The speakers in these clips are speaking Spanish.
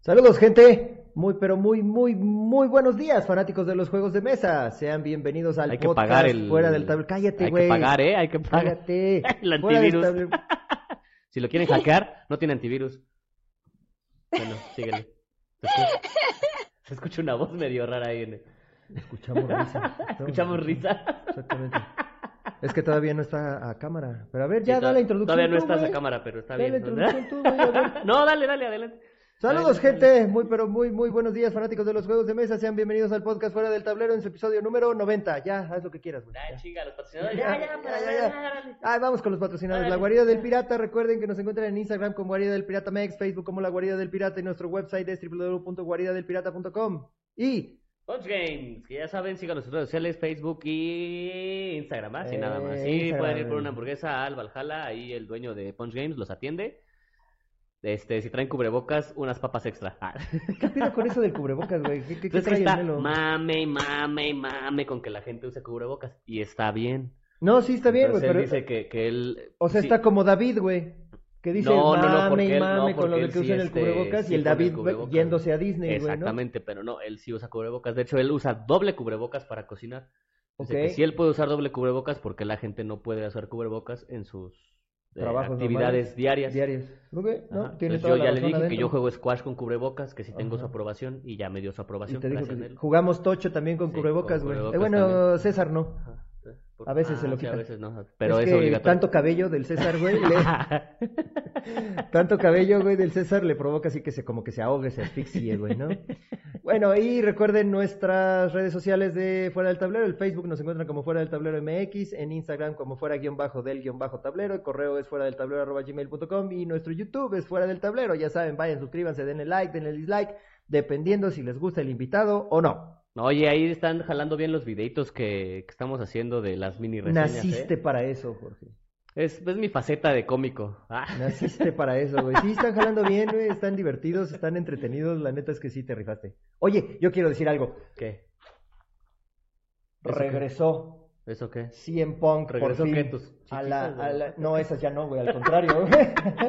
Saludos gente, muy pero muy muy muy buenos días fanáticos de los juegos de mesa, sean bienvenidos al Hay que podcast pagar el- fuera del tablero. Cállate Hay güey, que pagar, ¿eh? Hay que pagar. cállate, El fuera del antivirus. tablero. Si lo quieren hackear, no tiene antivirus. Bueno, síguele. Se escucha- Se escucha una voz medio rara ahí. en- Escuchamos risa. Escuchamos risa. Exactamente. Es que todavía no está a cámara. Pero a ver, ya Sí, da to- la introducción. Todavía no tú, estás güey. a cámara, pero está Da la bien. introducción tú, güey, a ver. No, dale, dale, adelante. Saludos Dale, dale. gente, muy pero muy muy buenos días fanáticos de los juegos de mesa, sean bienvenidos al podcast fuera del tablero en su episodio número 90. Ya, haz lo que quieras, güey. Ah, Ya. chinga, los patrocinadores. Ya, ya, para, ya, ya, dale. Ay, vamos con los patrocinadores. Órale. La Guarida del Pirata, recuerden que nos encuentran en Instagram como Guarida del Pirata Mex, Facebook como La Guarida del Pirata y nuestro website es www.guaridadelpirata.com. Y Punch Games, que ya saben, sigan nuestras redes sociales, Facebook y Instagram, así Eh, nada más. Sí, Instagram. pueden ir por una hamburguesa al Valhalla, ahí el dueño de Punch Games los atiende. Este, si traen cubrebocas, unas papas extra. Ah. ¿qué pido con eso del cubrebocas, güey? ¿Qué, qué, qué trae Entonces Pues que el está Melo? mame, mame, mame con que la gente use cubrebocas. Y está bien. No, sí está bien, güey, Entonces, pero Pues él dice que, que él... o sea, sí, está como David, güey, que dice No, no, mame no, porque y él- no, mame con porque lo de él que sí, usan el este, cubrebocas sí y el pone el David güey, cubrebocas. yéndose a Disney, güey, ¿no? Exactamente, pero no, él sí usa cubrebocas. De hecho, él usa doble cubrebocas para cocinar. Dice Ok. pues que si él puede usar doble cubrebocas, porque la gente no puede usar cubrebocas en sus eh, Trabajos actividades normales, diarias? Diarios. Ok, Ajá. no, tiene Entonces, toda yo la ya razón le dije que adentro. yo juego squash con cubrebocas, que si tengo Ajá. su aprobación y ya me dio Y su aprobación. te dijo gracias que a él. jugamos tocho también con Sí, cubrebocas, con güey. Eh, cubrebocas bueno, también. César no. Ajá. Por- Ah, A veces se lo sí, a quitan. veces no, pero es es, que obligatorio. tanto cabello del César, güey, le- tanto cabello, güey, del César le provoca así que se como que se ahogue, se asfixie, güey, ¿no? Bueno, y recuerden nuestras redes sociales de Fuera del Tablero, el Facebook nos encuentran como Fuera del Tablero MX, en Instagram como fuera guión bajo del guión bajo tablero, el correo es fuera del tablero arroba gmail.com y nuestro YouTube es Fuera del Tablero, ya saben, vayan, suscríbanse, denle like, denle dislike, dependiendo si les gusta el invitado o no. Oye, ahí están jalando bien los videitos que, que estamos haciendo de las mini reseñas. ¿eh? Naciste para eso, Jorge. Es, es mi faceta de cómico. Ah. Naciste para eso, güey. Sí, están jalando bien, güey. Están divertidos, están entretenidos. La neta es que sí te rifaste. Oye, yo quiero decir algo. ¿Qué? ¿Eso qué? Regresó ¿Eso qué? CM Punk ¿Regresó por fin. qué, tus chiquitas, a la, a güey? la- No, esas ya no, güey. Al contrario, güey.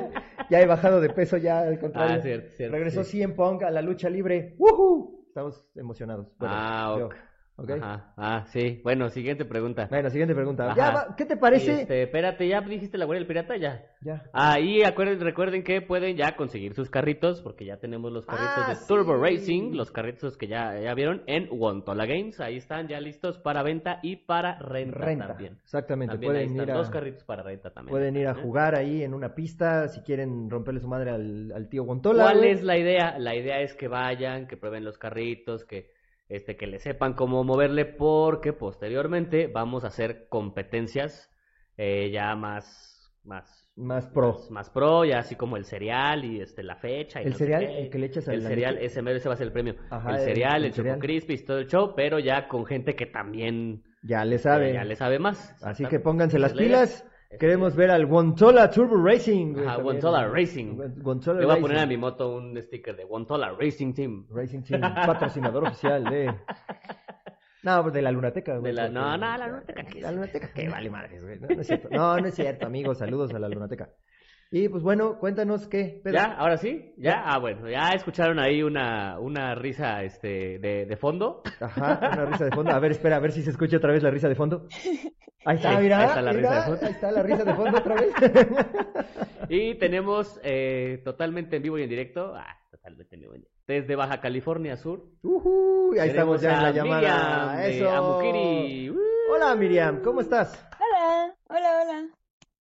ya he bajado de peso, ya al contrario. Ah, cierto, cierto, Regresó sí. CM Punk a la lucha libre. ¡Woohoo! Estamos emocionados. Bueno, Ah, yo. ok. ¿Ok? Ajá. Ah, sí. Bueno, siguiente pregunta. Bueno, siguiente pregunta. Ajá. Ya, va- ¿Qué te parece? Este, espérate, ¿ya dijiste la guardia del pirata? Ya. Ya. Ahí acuerden, recuerden que pueden ya conseguir sus carritos, porque ya tenemos los carritos Ah, de sí. Turbo Racing, los carritos que ya, ya vieron en Wontola Games. Ahí están ya listos para venta y para renta, Renta. también. Exactamente. También ahí Pueden están ir a... dos carritos para renta también. Pueden ir a ¿Eh? jugar ahí en una pista si quieren romperle su madre al, al tío Gontola. ¿Cuál güey. es la idea? La idea es que vayan, que prueben los carritos, que este que le sepan cómo moverle, porque posteriormente vamos a hacer competencias eh, ya más más Más pro. más, más pro, ya así como el cereal y este la fecha. y El no sé cereal, qué. el que le echas al el cereal, ladito. ese mero, ese va a ser el premio. Ajá, el el- cereal, el el, Choco cereal. Crispis, todo el show, pero ya con gente que también Ya le eh, saben. ya le sabe más. Así que pónganse las Entonces, la idea- pilas. Queremos ver al Gontola Turbo Racing. güey, Este Ajá, también. Gontola Racing. Gon- Gontola Le voy a Racing. poner a mi moto un sticker de One Dollar Racing Team. Racing Team, patrocinador oficial de. No, pues de la Lunateca, güey. De la- porque- no, no, la Lunateca, ¿qué es? La Lunateca, que vale madres, güey. No, no es cierto. No, no es cierto, amigos. Saludos a la Lunateca. Y pues bueno, cuéntanos qué. pedo. ¿Ya? ¿Ahora sí? ¿Ya? Ah, bueno, ya escucharon ahí una, una risa este, de, de fondo. Ajá, una risa de fondo. A ver, espera, a ver si se escucha otra vez la risa de fondo. Ahí está, Sí, mira. Ah, ahí está la mira, risa de fondo. Ahí está la risa de fondo otra vez. Y tenemos eh, totalmente en vivo y en directo. Ah, totalmente en vivo. y en- Desde Baja California Sur. Ujú, ahí estamos tenemos ya en a la llamada. Miriam de Eso. Amuquiri. Uh. Hola, Miriam, ¿cómo estás? Hola, hola, hola.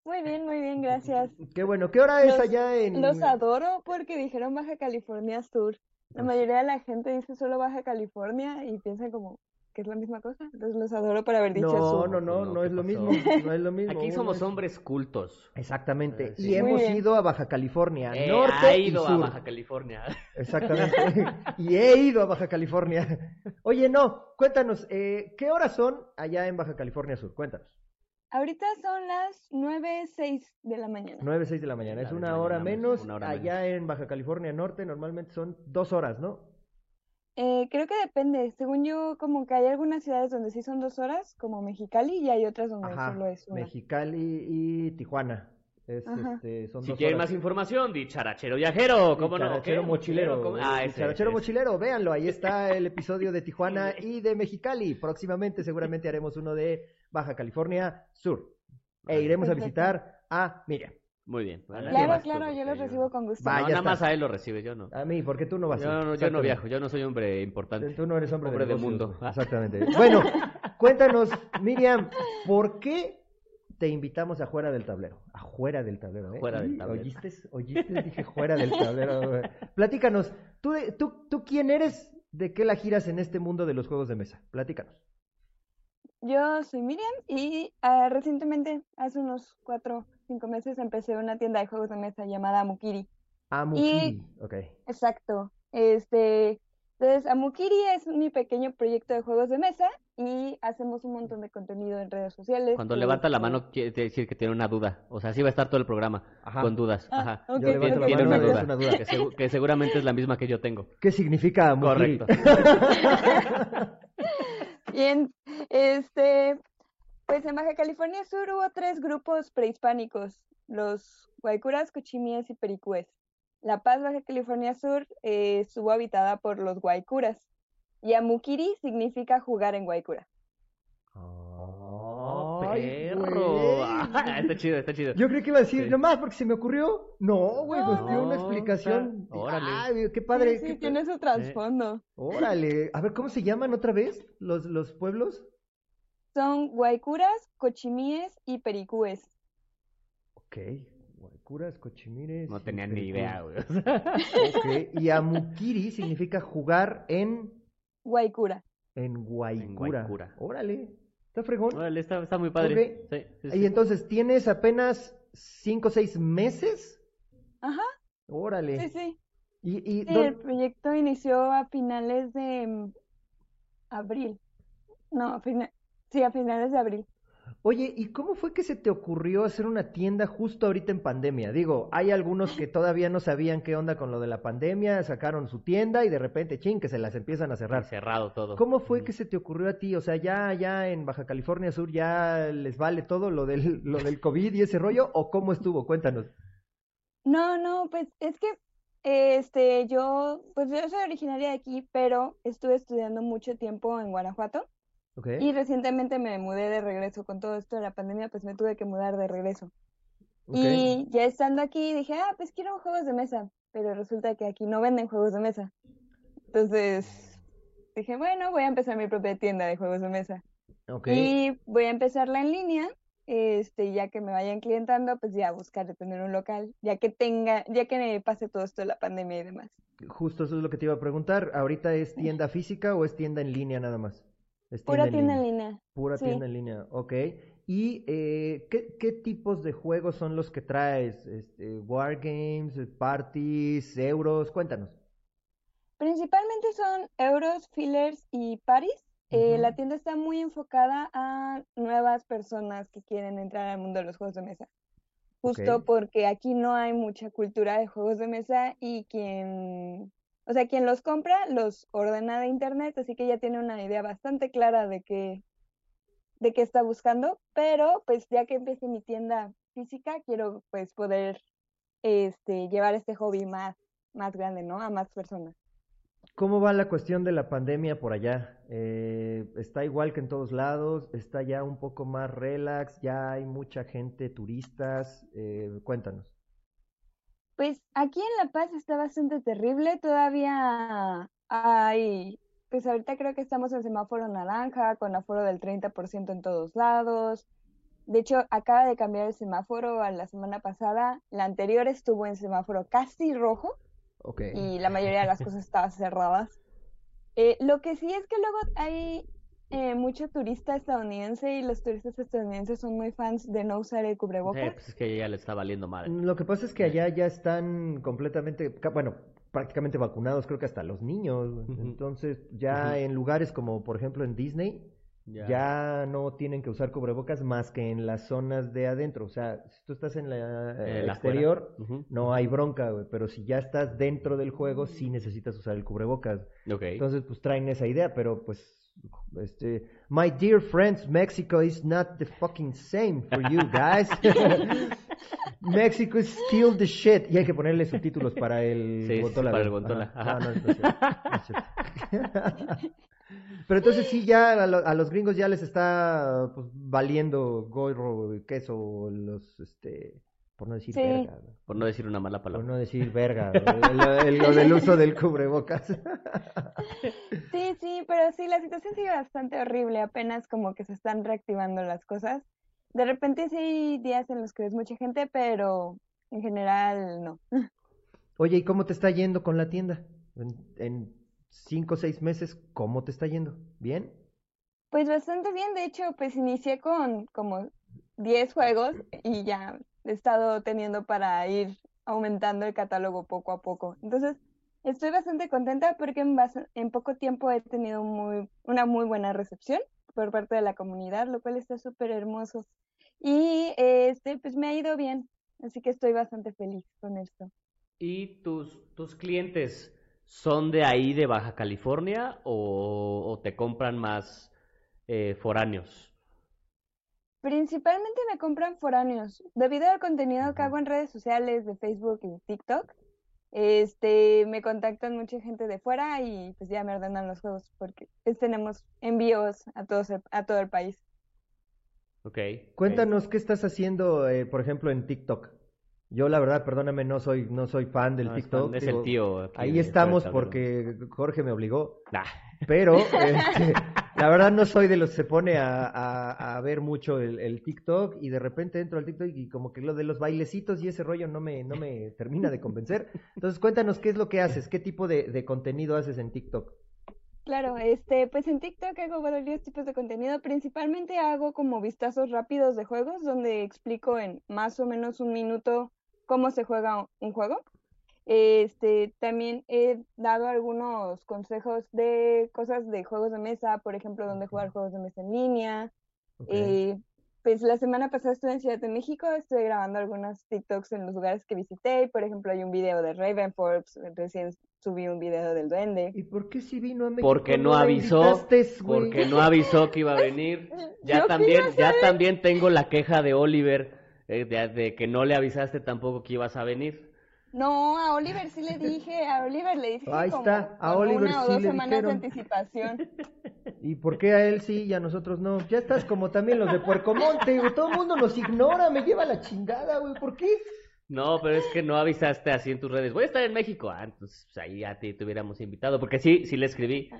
Muy bien, muy bien, gracias. Qué bueno. ¿Qué hora es Los- allá en.? Los adoro porque dijeron Baja California Sur. La mayoría de la gente dice solo Baja California y piensa como que es la misma cosa. Entonces los adoro por haber dicho no, no, sur. no, no, No, no ¿qué es lo pasó? mismo. No es lo mismo. Aquí Uno somos es- hombres cultos. Exactamente. Ah, sí. Y Muy hemos bien. ido a Baja California, Eh, norte ha y ido sur. a Baja California. Exactamente. y he ido a Baja California. Oye, no, cuéntanos, eh, ¿qué horas son allá en Baja California Sur? Cuéntanos. Ahorita son las 9.06 de la mañana. 9, 6 de la mañana. La Es de una mañana hora menos, menos. una hora Allá en Baja California Norte normalmente son dos horas, ¿no? Eh, creo que depende. Según yo, como que hay algunas ciudades donde sí son dos horas, como Mexicali, y hay otras donde Ajá. solo es una. Mexicali y Tijuana. Es, Ajá. este, son Si dos quieren horas. más información, dicharachero viajero, ¿cómo no? Dicharachero ¿Qué? mochilero. ¿Cómo? Ah, ese, Dicharachero ese, ese. mochilero, véanlo, ahí está el episodio de Tijuana y de Mexicali. Próximamente seguramente haremos uno de Baja California Sur. E iremos a Perfecto. visitar a Miriam. Muy bien. Ahora ¿qué Claro, más, claro, yo los recibo con gusto. No, Vaya. Ah, ya nada está. más a él lo recibe, yo no. A mí, porque tú no vas. a ir. Yo no, yo no Exactamente. viajo, yo no soy hombre importante. Tú no eres hombre, Hombre de negocios, mundo. güey. Exactamente. Bueno, cuéntanos, Miriam, ¿por qué te invitamos a Juera del Tablero? A Juera del Tablero, ¿eh? Fuera del Uy, Tablero. ¿Oíste? ¿Oíste? Dije Juera del Tablero. güey. Platícanos, ¿tú, de- tú, ¿tú quién eres? ¿De qué la giras en este mundo de los juegos de mesa? Platícanos. Yo soy Miriam y ah, recientemente, hace unos cuatro, cinco meses, empecé una tienda de juegos de mesa llamada Mukiri. Amukiri. Ok. Exacto. Este, entonces, Amukiri es mi pequeño proyecto de juegos de mesa y hacemos un montón de contenido en redes sociales. Cuando Tenemos levanta la como- mano quiere decir que tiene una duda. O sea, sí va a estar todo el programa Ajá. con dudas. Ajá. Ah, ok, Yo levanto Tiene, la tiene mano, una, es duda, una duda. Que, segu- que seguramente es la misma que yo tengo. ¿Qué significa Amukiri? Correcto. Bien, este, pues en Baja California Sur hubo tres grupos prehispánicos, los Guaycuras, Cochimíes y Pericúes. La Paz, Baja California Sur, eh, estuvo habitada por los Guaycuras. Y Amukiri significa jugar en Guaycura. Oh, Ay, perro. güey. Ah, está chido, está chido. Yo creí que iba a decir, Sí. nomás porque se me ocurrió. No, güey, pues No, dio una no, explicación. está- órale. Ay, qué padre. Sí, qué sí, pa- tiene su trasfondo. Órale. A ver, ¿cómo se llaman otra vez los, los pueblos? Son Guaycuras, Cochimíes y Pericúes. Ok. Guaycuras, Cochimires. No y tenía ni Pericú. idea, güey. O sea, Ok, Y Amukiri significa jugar en, Guaycura. en Guaycura. En Guaycura. Órale. Está fregón. órale, está, está muy padre. Ok. Sí, sí, sí. Y entonces, ¿tienes apenas cinco o seis meses? Ajá, Órale. sí, sí. Y, y Sí, dó- el proyecto inició a finales de mm, abril. No, a fina- sí, a finales de abril. Oye, ¿y cómo fue que se te ocurrió hacer una tienda justo ahorita en pandemia? Digo, hay algunos que todavía no sabían qué onda con lo de la pandemia, sacaron su tienda y de repente, ching, que se las empiezan a cerrar. Cerrado todo. ¿Cómo fue que se te ocurrió a ti? O sea, ya, ya en Baja California Sur ya les vale todo lo del, lo del COVID y ese rollo, o cómo estuvo, cuéntanos. No, no, pues es que este, yo, pues yo soy originaria de aquí, pero estuve estudiando mucho tiempo en Guanajuato Ok. y recientemente me mudé de regreso. Con todo esto de la pandemia, pues me tuve que mudar de regreso. ok. Y ya estando aquí dije, ah, pues quiero juegos de mesa, pero resulta que aquí no venden juegos de mesa. Entonces dije, bueno, voy a empezar mi propia tienda de juegos de mesa. ok. Y voy a empezarla en línea, este, ya que me vayan clientando, pues ya buscaré tener un local, ya que tenga, ya que me pase todo esto de la pandemia y demás. Justo eso es lo que te iba a preguntar. ¿Ahorita es tienda física o es tienda en línea nada más? Es Pura tienda en línea. línea. Pura Sí. tienda en línea, ok. ¿Y eh, ¿qué, qué tipos de juegos son los que traes? Este, ¿Wargames, eh, parties, euros? Cuéntanos. Principalmente son euros, fillers y paris. Eh, la tienda está muy enfocada a nuevas personas que quieren entrar al mundo de los juegos de mesa. Justo Ok. porque aquí no hay mucha cultura de juegos de mesa y quien, o sea, quien los compra los ordena de internet, así que ya tiene una idea bastante clara de qué, de qué está buscando. Pero pues ya que empiece mi tienda física, quiero pues poder este, llevar este hobby más, más grande, ¿no? A más personas. ¿Cómo va la cuestión de la pandemia por allá? Eh, ¿Está igual que en todos lados? ¿Está ya un poco más relax? ¿Ya hay mucha gente, turistas? Eh, cuéntanos. Pues aquí en La Paz está bastante terrible, todavía hay, pues ahorita creo que estamos en semáforo naranja, con aforo del 30% en todos lados. De hecho, acaba de cambiar el semáforo a la semana pasada. La anterior estuvo en semáforo casi rojo Ok. y la mayoría de las cosas estaban cerradas. Eh, lo que sí es que luego hay eh, mucho turista estadounidense y los turistas estadounidenses son muy fans de no usar el Eh, cubrebocas. pues es que ya le está valiendo madre. Lo que pasa es que allá ya están completamente, ca- bueno, prácticamente vacunados, creo que hasta los niños. güey. Ujú. Entonces, ya Ujú. en lugares como, por ejemplo, en Disney, ya. Eh, eh, no tienen que usar cubrebocas más que en las zonas de adentro. O sea, si tú estás en la eh, Eh, la exterior, Ujú. no hay bronca, güey. Pero si ya estás dentro del juego, sí necesitas usar el cubrebocas. Ok. Entonces, pues traen esa idea, pero pues, este, my dear friends, Mexico is not the fucking same for you guys. México is still the shit. Y hay que ponerle subtítulos para el Sí, sí, Gontola. para el güey. Gontola, Ajá. ajá. No, no, entonces- Pero entonces sí, ya a, lo- a los gringos ya les está pues, valiendo gorro, y queso, los, este, por no decir Sí. verga. güey. Por no decir una mala Por palabra. no decir verga, güey. lo, el- lo del uso del cubrebocas. Sí, sí, pero sí, la situación sigue bastante horrible, apenas como que se están reactivando las cosas. De repente sí hay días en los que ves mucha gente, pero en general no. Oye, ¿y cómo te está yendo con la tienda? En, en cinco o seis meses, ¿cómo te está yendo? ¿Bien? Pues bastante bien, de hecho, pues inicié con como 10 juegos y ya he estado teniendo para ir aumentando el catálogo poco a poco. Entonces, estoy bastante contenta porque en, bas- en poco tiempo he tenido muy, una muy buena recepción por parte de la comunidad, lo cual está súper hermoso. Y este, pues me ha ido bien, así que estoy bastante feliz con esto. ¿Y tus, tus clientes son de ahí, de Baja California, o, o te compran más eh, foráneos? Principalmente me compran foráneos. Debido al contenido que hago en redes sociales de Facebook y TikTok, este, me contactan mucha gente de fuera y pues ya me ordenan los juegos porque pues, tenemos envíos a todos el- a todo el país. Ok. ok. Cuéntanos qué estás haciendo, eh, por ejemplo, en TikTok. Yo, la verdad, perdóname, no soy, no soy fan del No, es- TikTok. es digo, el tío. aquí Ahí de- estamos fuera del tablero. porque Jorge me obligó. Nah. Pero, este, la verdad, no soy de los que se pone a, a- a ver mucho el, el TikTok y de repente entro al TikTok y como que lo de los bailecitos y ese rollo no me, no me termina de convencer. Entonces, cuéntanos qué es lo que haces, qué tipo de, de contenido haces en TikTok. Claro, este, pues en TikTok hago varios tipos de contenido. Principalmente hago como vistazos rápidos de juegos, donde explico en más o menos un minuto cómo se juega un juego. Este, también he dado algunos consejos de cosas de juegos de mesa, por ejemplo, dónde jugar juegos de mesa en línea. Ok. Eh, pues la semana pasada estuve en Ciudad de México, estuve grabando algunos TikToks en los lugares que visité. y, Por ejemplo, hay un video de Raven Forbes, recién subí un video del duende. ¿Y por qué si vino a México? Porque no la avisó, invitaste, güey? porque no avisó que iba a venir. Ya Yo también, ya también tengo la queja de Oliver eh, de, de que no le avisaste tampoco que ibas a venir. No, a Oliver sí le dije, a Oliver le dije Ahí como está, a con Oliver una o sí dos le semanas de dijeron. anticipación. ¿Y por qué a él sí y a nosotros no? Ya estás como también los de Puercomonte, güey. Todo el mundo nos ignora, me lleva la chingada, güey. ¿Por qué? No, pero es que no avisaste así en tus redes. Voy a estar en México. Ah, entonces pues, ahí a ti te hubiéramos invitado. Porque sí, sí le escribí.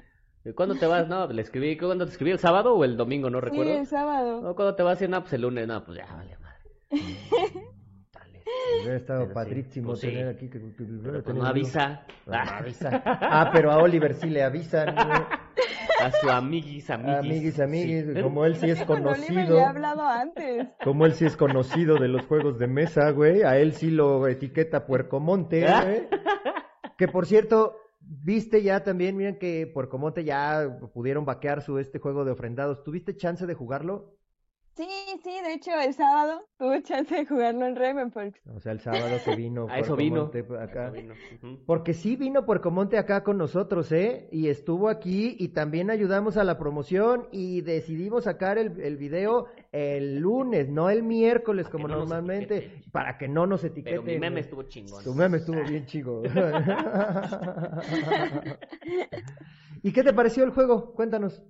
Eh, ¿Cuándo te vas? No, le escribí. ¿Cuándo te escribí? ¿El sábado o el domingo? No Sí, recuerdo. el sábado. No, ¿cuándo te vas? Y, No, pues el lunes. No, pues ya, vale, madre. Dale. Hubiera estado Pero sí, padrísimo pues sí. tener aquí que, que- que- Pero, tener pues, no uno. avisa. Pero no Ah, avisa. Ah, pero a Oliver sí le avisan, güey. A su amiguis, amiguis. amiguis, amiguis, Sí. como él sí es Con Oliver conocido, le he hablado antes. como él sí es conocido de los juegos de mesa, güey, a él sí lo etiqueta Puercomonte, ¿Ah? güey. Que por cierto, viste ya también, miren que Puercomonte ya pudieron vaquear su este juego de ofrendados. ¿Tuviste chance de jugarlo? Sí, sí, de hecho el sábado tuve chance de jugarlo en Ravenfolk. O sea, el sábado que vino. A eso vino. Puercomonte acá. Eso vino, ujú. Porque sí vino Puercomonte acá con nosotros, ¿eh? Y estuvo aquí y también ayudamos a la promoción y decidimos sacar el, el video el lunes, no el miércoles como no nos normalmente, etiqueten. para que no nos Pero etiqueten. mi meme güey. estuvo chingón. Tu meme estuvo bien chico. ¿Y qué te pareció el juego? Cuéntanos.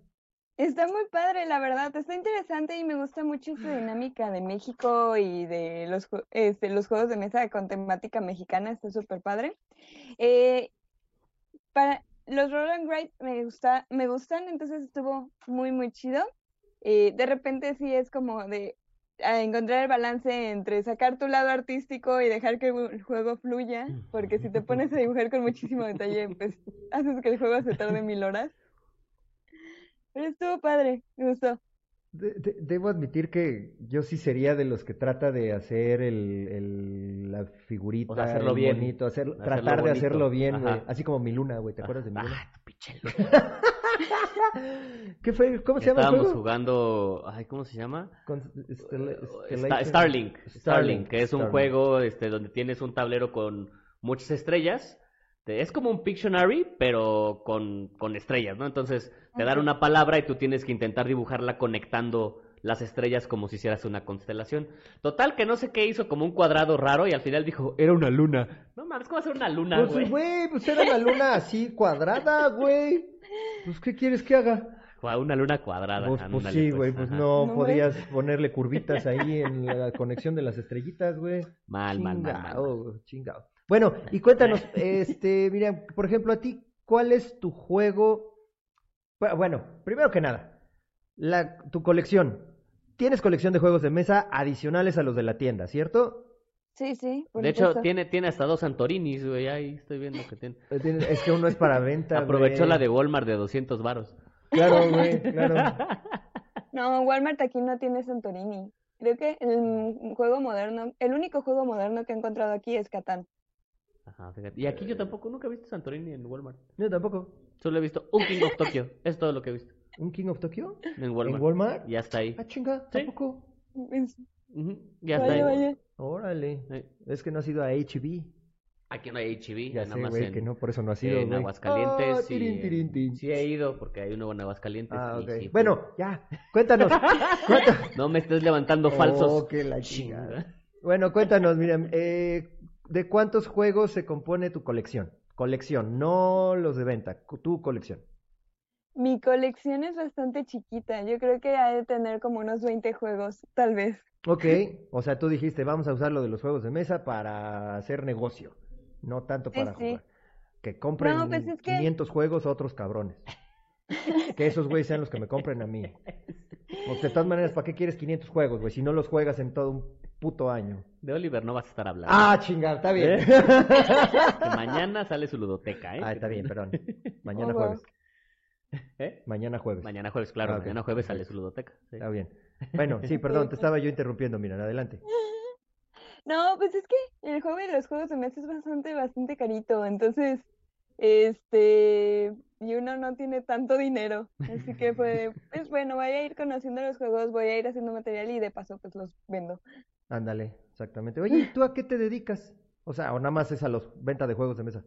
Está muy padre, la verdad, está interesante y me gusta mucho esta dinámica de México y de los, ju- este, los juegos de mesa con temática mexicana, está súper padre. Eh, para los Roll and Write me gusta, me gustan, entonces estuvo muy, muy chido. Eh, de repente sí es como de ah, encontrar el balance entre sacar tu lado artístico y dejar que el juego fluya, porque si te pones a dibujar con muchísimo detalle, pues haces que el juego se tarde mil horas. Pero estuvo padre, me gustó. De- de- debo admitir que yo sí sería de los que trata de hacer el, el- la figurita, O sea, hacerlo el bien. bonito, hacerlo- Hacerlo tratar de bonito. hacerlo bien, güey. Ajá. Así como mi luna, güey, ¿te acuerdas de mi luna? Ah, tu pinche loco. ¿Qué fue? ¿Cómo se llama el Estábamos juego? jugando, ay, ¿cómo se llama? Con- Stella- Sta- Stellation. Starlink, Starlink, que es un Starlink. juego este, donde tienes un tablero con muchas estrellas. Te- Es como un Pictionary, pero con, con estrellas, ¿no? Entonces te dan Ujú. una palabra y tú tienes que intentar dibujarla conectando las estrellas como si hicieras una constelación. Total, que no sé qué hizo, como un cuadrado raro, y al final dijo, era una luna. No mames, ¿cómo va a ser una luna, güey? Pues, güey, pues era la luna así cuadrada, güey. Pues, ¿qué quieres que haga? Cua- Una luna cuadrada. Pues, pues ándale, sí, pues, güey, pues ajá. no, No, podías ponerle curvitas ahí en la conexión de las estrellitas, güey. Mal, mal, mal, mal, Chingao, chingao. Bueno, y cuéntanos, este, mira, por ejemplo, a ti, ¿cuál es tu juego? Bu- Bueno, primero que nada, la, tu colección. Tienes colección de juegos de mesa adicionales a los de la tienda, ¿cierto? Sí, sí. por De hecho, supuesto. tiene, tiene hasta dos Santorinis, güey, ahí estoy viendo que tiene. Eh, tienes- Es que uno es para venta. güey. Aprovechó la de Walmart de 200 varos. Claro, güey, claro. No, Walmart aquí no tiene Santorini. Creo que Mm. el juego moderno, el único juego moderno que he encontrado aquí es Catán. Ajá, fíjate. Y aquí Eh. yo tampoco, nunca he visto Santorini en Walmart. Yo tampoco. Solo he visto un King of Tokyo. Es todo lo que he visto ¿Un King of Tokyo? en Walmart. ¿En Walmart? Y hasta ahí. Ah, chinga, Sí. tampoco. Ujú, Y hasta Vaya, ahí. vaya. Órale. Sí. Es que no has ido a HB. Aquí no hay HB, Ya nada sé, más güey, en, que no, por eso no has ido. en güey. Aguascalientes. Ah, tirín, y, tirín, tin. Sí he ido porque hay uno en Aguascalientes. Ah, y ok. sí fui. Bueno, ya, cuéntanos. cuéntanos. No me estés levantando falsos. Oh, que la Chinga. chingada. Bueno, cuéntanos, Miriam, eh, ¿de cuántos juegos se compone tu colección? Colección, no los de venta, cu- tu colección. Mi colección es bastante chiquita. Yo creo que ha de tener como unos 20 juegos, tal vez. Ok, o sea, tú dijiste, vamos a usar lo de los juegos de mesa para hacer negocio, no tanto Sí, para sí. jugar. Que compren No, pues es que- 500 juegos a otros cabrones. Que esos güeyes sean los que me compren a mí. Porque de todas maneras, ¿para qué quieres 500 juegos, güey? Si no los juegas en todo un puto año. De Oliver no vas a estar hablando. Ah, chingar, está bien. Que mañana sale su ludoteca, ¿eh? Ah, está bien, perdón. Mañana Ojo. jueves. ¿Eh? Mañana jueves. Mañana jueves, claro. Ah, ok. Ah, Mañana jueves sale su ludoteca. sí. Está bien. Bueno, sí, perdón, te estaba yo interrumpiendo, Miran, adelante. No, pues es que el juego de los juegos de mesa es bastante, bastante carito. Entonces, este, y uno no tiene tanto dinero. Así que fue, pues bueno, voy a ir conociendo los juegos, voy a ir haciendo material y de paso pues los vendo. Ándale, exactamente. Oye, ¿y tú a qué te dedicas? O sea, o nada más es a los venta de juegos de mesa.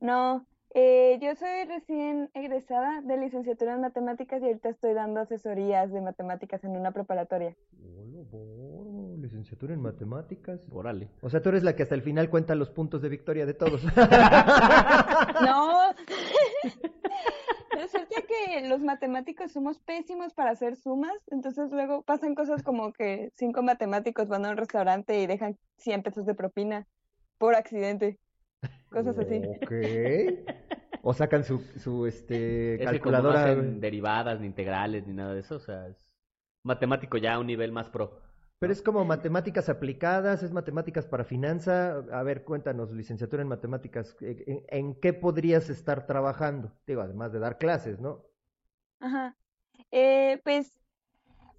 No, eh, yo soy recién egresada de licenciatura en matemáticas y ahorita estoy dando asesorías de matemáticas en una preparatoria. licenciatura en matemáticas. Órale. O sea, tú eres la que hasta el final cuenta los puntos de victoria de todos. No, resulta que los matemáticos somos pésimos para hacer sumas, entonces luego pasan cosas como que cinco matemáticos van a un restaurante y dejan 100 pesos de propina por accidente, cosas así. Ok. O sacan su, su este, Es que como no calculadora. hacen derivadas, ni integrales, ni nada de eso. O sea, es matemático ya a un nivel más pro. Pero es como matemáticas aplicadas, es matemáticas para finanza. A ver, cuéntanos, licenciatura en matemáticas, ¿en, en- en qué podrías estar trabajando? Digo, además de dar clases, ¿no? Ajá. Eh, pues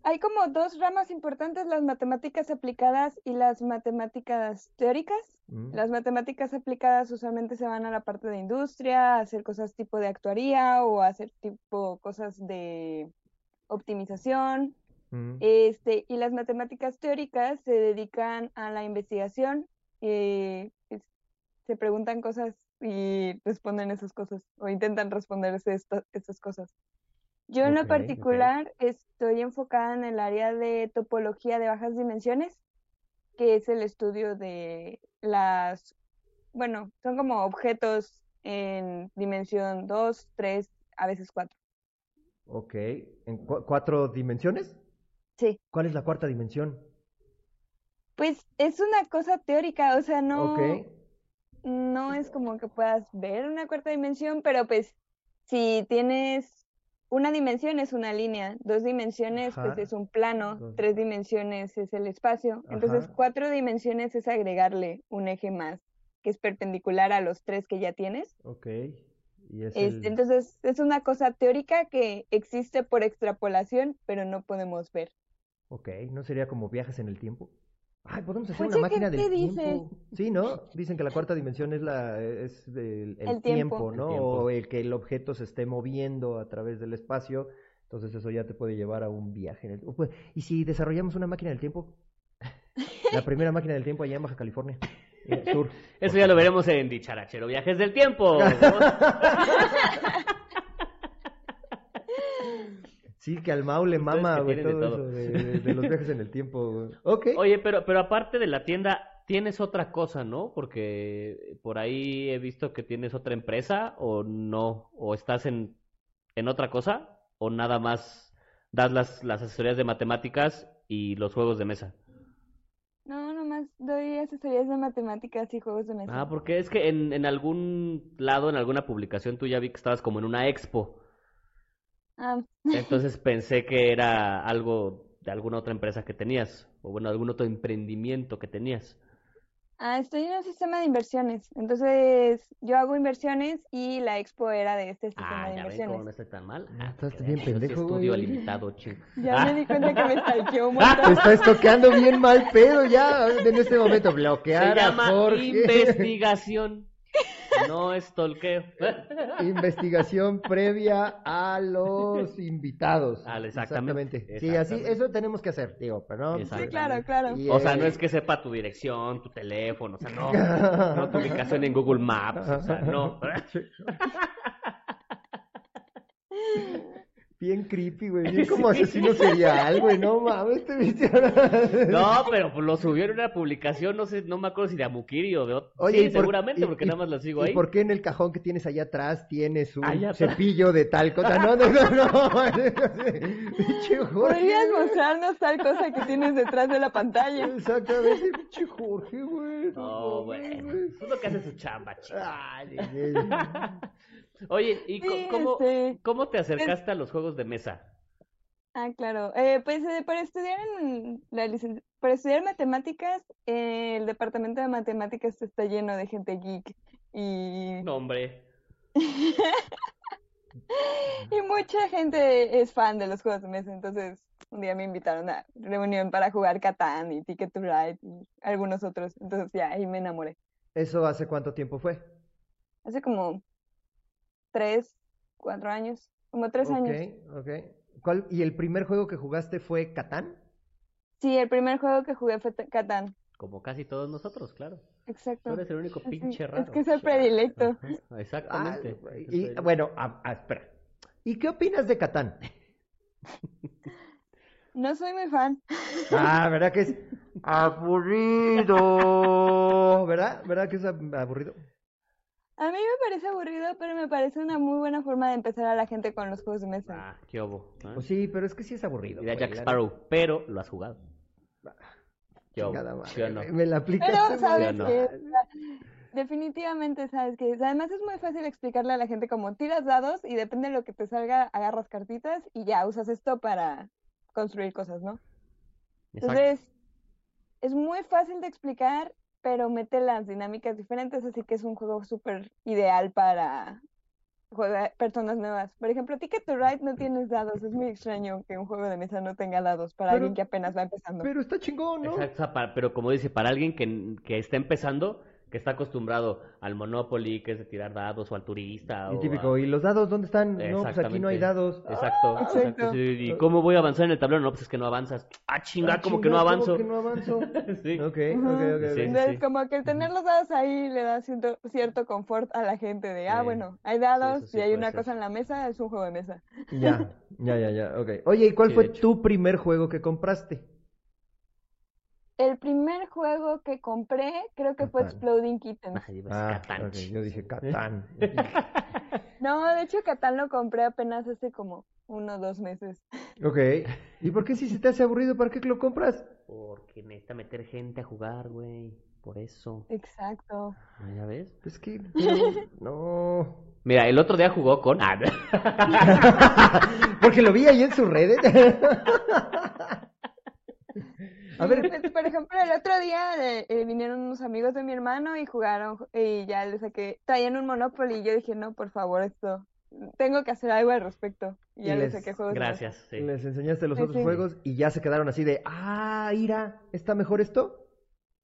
hay como dos ramas importantes, las matemáticas aplicadas y las matemáticas teóricas. Mm. Las matemáticas aplicadas usualmente se van a la parte de industria, a hacer cosas tipo de actuaría o a hacer tipo cosas de optimización. Mm. Este, y las matemáticas teóricas se dedican a la investigación, eh, es- se preguntan cosas y responden esas cosas o intentan responderse esta- estas cosas. Yo en lo Ok, ok. particular estoy enfocada en el área de topología de bajas dimensiones, que es el estudio de las, bueno, son como objetos en dimensión 2, 3, a veces 4. Ok, ¿en cu- cuatro dimensiones? Sí. ¿Cuál es la cuarta dimensión? Pues es una cosa teórica, o sea, Ok, no, no es como que puedas ver una cuarta dimensión, pero pues si tienes una dimensión es una línea, dos dimensiones pues Ajá. es un plano, Dos- tres dimensiones es el espacio, entonces Ajá. cuatro dimensiones es agregarle un eje más que es perpendicular a los tres que ya tienes. ok. Y es Este, el- entonces es una cosa teórica que existe por extrapolación, pero no podemos ver. Ok, ¿no sería como viajes en el tiempo? Ay, podemos hacer Pues una es que, máquina del ¿qué dices? tiempo. Sí, ¿no? Dicen que la cuarta dimensión es la es el, el El tiempo. tiempo, El ¿no? tiempo. O el que el objeto se esté moviendo a través del espacio. Entonces eso ya te puede llevar a un viaje en el tiempo. Pues, ¿Y si desarrollamos una máquina del tiempo? La primera máquina del tiempo allá en Baja California. eh, Sur. Eso ya lo veremos en Dicharachero Viajes del Tiempo. Sí, que al Mau le Ustedes mama, que güey, tienen todo, de eso todo. de, de- de los viajes en el tiempo, güey. Ok. Oye, pero, pero aparte de la tienda, ¿tienes otra cosa, no? Porque por ahí he visto que tienes otra empresa o no, o estás en, en otra cosa, o nada más das las, las asesorías de matemáticas y los juegos de mesa. No, nomás doy asesorías de matemáticas y juegos de mesa. Ah, porque es que en, en algún lado, en alguna publicación, tú ya vi que estabas como en una expo. Ah, Entonces pensé que era algo de alguna otra empresa que tenías, o bueno, algún otro emprendimiento que tenías. ah, estoy en un sistema de inversiones. Entonces, yo hago inversiones y la expo era de este sistema Ah, de ya ven cómo no inversiones. estoy tan mal. Ah, Ah, estás porque bien de hecho sí pendejo, estudio güey. limitado, ching. Ya me di cuenta que me stalkeó un Te montón. estás tocando bien mal pedo ya en este momento. Se Bloquear llama a Jorge. investigación, no estolqueo. Investigación previa a los invitados. Al- Ah, exactamente, Sí, así, exactamente. eso tenemos que hacer, digo, pero no. Exacto. Sí, claro, claro. Y, O sea, eh, no es que sepa tu dirección, tu teléfono, o sea, no. No tu ubicación en Google Maps, o sea, no. Bien creepy, güey. Bien como asesino serial, güey. No mames, te viste ahora. No, pero pues, lo subió en una publicación, no sé, no me acuerdo si de Amukiri o de otro. Oye, sí, ¿y por- seguramente, y- porque y- nada más la sigo ¿Y ahí. por qué en el cajón que tienes allá atrás tienes un Allá atrás. cepillo de tal cosa? No, no, no, no. Pinche Jorge. ¿Podrías mostrarnos tal cosa que tienes detrás de la pantalla? Exactamente, pinche Jorge, güey. No, güey. mames. Es lo que hace su chamba, chico. Ay, ay, ay. Oye, ¿y co- Sí, cómo, este- cómo te acercaste a los juegos de mesa? Ah, claro. Eh, pues eh, para estudiar en la licen- para estudiar matemáticas, eh, el departamento de matemáticas está lleno de gente geek y, No, hombre. y mucha gente es fan de los juegos de mesa. Entonces, un día me invitaron a reunión para jugar Catán y Ticket to Ride y algunos otros. Entonces, ya ahí me enamoré. ¿Eso hace cuánto tiempo fue? Hace como tres, cuatro años, como tres ok, años. ok. ¿Cuál, ¿Y el primer juego que jugaste fue Catán? Sí, el primer juego que jugué fue t- Catán. Como casi todos nosotros, claro. Exacto. Tú eres el único Sí, pinche es raro. que es el predilecto. Ajá, Exactamente. Ay, Ah, güey. El y predilecto. bueno, a- a- espera. ¿Y qué opinas de Catán? No soy muy fan. Ah, ¿verdad que es aburrido? ¿Verdad? ¿Verdad que es ab- aburrido? A mí me parece aburrido, pero me parece una muy buena forma de empezar a la gente con los juegos de mesa. Ah, qué obo. ¿eh? Pues sí, pero es que sí es aburrido. Diría güey, Jack la Ah, Sparrow, pero lo has jugado. Qué obo, chingada madre, ¿sí o no? güey, Me la aplicaste. Pero muy sabes no. que definitivamente sabes que además es muy fácil explicarle a la gente como tiras dados y depende de lo que te salga, agarras cartitas y ya usas esto para construir cosas, ¿no? Exacto. Entonces, es muy fácil de explicar, pero mete las dinámicas diferentes, así que es un juego súper ideal para juega- personas nuevas. Por ejemplo, Ticket to Ride no tienes dados. Es muy extraño que un juego de mesa no tenga dados para Pero- alguien que apenas va empezando. Pero está chingón, ¿no? Exacto, o sea, para- pero como dice, para alguien que, que está empezando, que está acostumbrado al Monopoly, que es de tirar dados, o al turista, Y o típico, a- ¿y los dados dónde están? No, pues aquí no hay Exactamente. dados. Ah, Exacto, exacto. exacto. Sí, ¿Y cómo voy a avanzar en el tablero? No, pues es que no avanzas. Ah, chinga, Ah, como que chinga, no ¿cómo avanzo. que no avanzo? Ok, Sí. ok, Ujú. ok, ok. Sí, sí, Entonces, sí. como que el tener los dados ahí le da cierto, cierto confort a la gente de, ah, Sí. bueno, hay eso dados sí y hay puede una ser. cosa en la mesa, es un juego de mesa. Ya, ya, ya, ya, ok. Oye, ¿y cuál Sí, de fue hecho. tu primer juego que compraste? El primer juego que compré creo que fue Catán. Exploding Kittens. Ay, pues, Ah, Catán, ok, ching. yo dije Catán. No, de hecho Catán lo compré apenas hace como uno o dos meses. ok, ¿y por qué si se te hace aburrido, para qué lo compras? Porque necesita meter gente a jugar, güey. Por eso. Exacto. Ah, ¿Ya ves? Es que, no, no. Mira, el otro día jugó con. Ah, no. Porque lo vi ahí en sus redes. A ver, Pues, por ejemplo, el otro día eh, eh, vinieron unos amigos de mi hermano y jugaron y ya les saqué, traían un Monopoly y yo dije, no, por favor, esto, tengo que hacer algo al respecto. Y ya Y les les- saqué juegos. de mesa. Gracias. sí. les enseñaste los Sí, otros sí. juegos y ya se quedaron así de, ah, ira, ¿está mejor esto?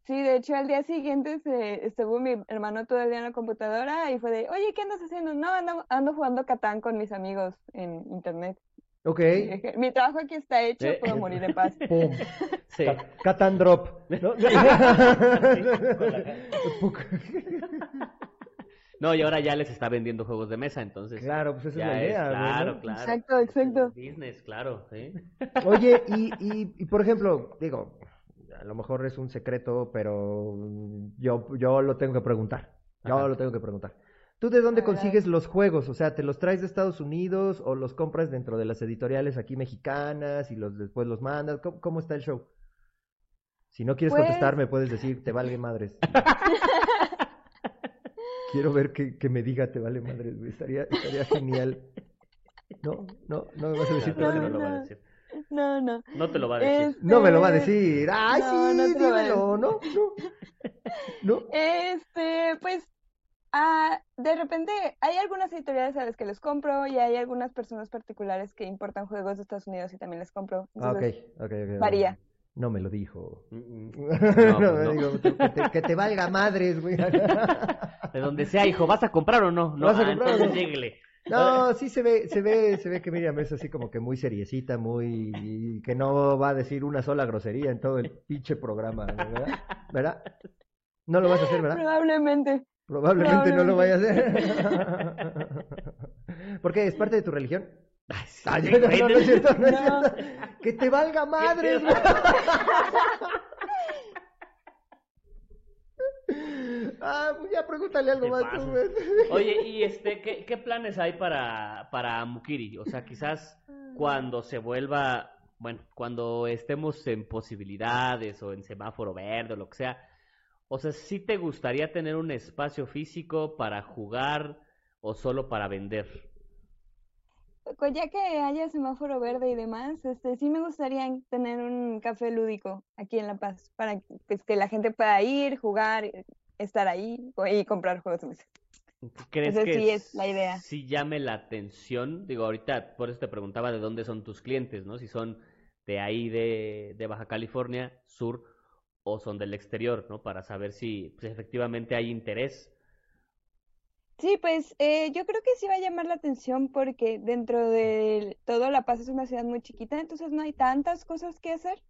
Sí, de hecho, al día siguiente se, estuvo mi hermano todo el día en la computadora y fue de, oye, ¿qué andas haciendo? No, ando, ando jugando Catán con mis amigos en internet. Ok, Y dije, Mi trabajo aquí está hecho, Eh. puedo morir en paz. pum. Sí. Ca- Catan Drop. ¿no? con la- Puc. No, y ahora ya les está vendiendo juegos de mesa, entonces. Claro, pues esa es ya la idea, güey, claro, ¿no? claro. Exacto, exacto. Business, claro, ¿eh? sí. Oye, y, y, y, por ejemplo, digo, a lo mejor es un secreto, pero mm, yo, yo lo tengo que preguntar. Yo Ajá. lo tengo que preguntar. ¿Tú de dónde A consigues los juegos? O sea, ¿te los traes de Estados Unidos o los compras dentro de las editoriales aquí mexicanas y los después los mandas? ¿Cómo, cómo está el show? Si no quieres Pues- contestarme, puedes decir, te vale madres. Quiero ver que, que me diga, te vale madres, güey. Estaría, estaría genial. No, no, no me vas a decir, te No, vale no, madres. lo va a no. decir. No, no. No te lo va a decir. No me lo va a Este, decir. Ay, No, sí, no te lo va a dímelo, ¿no? No. ¿No? Este, pues, ah, de repente hay algunas editoriales a las que les compro y hay algunas personas particulares que importan juegos de Estados Unidos y también les compro. Ah, ok, Entonces, ok, ok, ok. varía. No me lo dijo. Mm, mm. No, pues no. digo, que, te, que te valga madres, güey. De donde sea, hijo, ¿vas a comprar o no? No, ¿Vas a ah, comprar o entonces no? lléguele. No, sí se ve, se ve, se ve que Miriam es así como que muy seriecita, muy y que no va a decir una sola grosería en todo el pinche programa, ¿verdad? ¿Verdad? No lo vas a hacer, ¿verdad? Probablemente. Probablemente no lo vaya probablemente. a hacer. ¿Por qué? ¿Es parte de tu religión? Ay, sí, Ah, no, güey, no, no, no es cierto, no es No. cierto. Que te valga madres, güey. Ah, pues ya pregúntale algo Te más, pues. pasas. tú, güey. Oye, ¿y este qué, qué planes hay para, para Mukiri? O sea, quizás cuando se vuelva, bueno, cuando estemos en posibilidades o en semáforo verde o lo que sea, o sea, ¿sí te gustaría tener un espacio físico para jugar o solo para vender? Pues ya que haya semáforo verde y demás, este, sí me gustaría tener un café lúdico aquí en La Paz para que, pues, que la gente pueda ir, jugar, eh, estar ahí co- y comprar juegos de mesa. ¿Crees Esa que sí es la idea. sí llame la atención? Digo, ahorita por eso te preguntaba de dónde son tus clientes, ¿no? Si son de ahí, de, de Baja California Sur, o son del exterior, ¿no? Para saber si pues, efectivamente hay interés. Sí, pues eh, yo creo que sí va a llamar la atención porque dentro de todo La Paz es una ciudad muy chiquita, entonces no hay tantas cosas que hacer.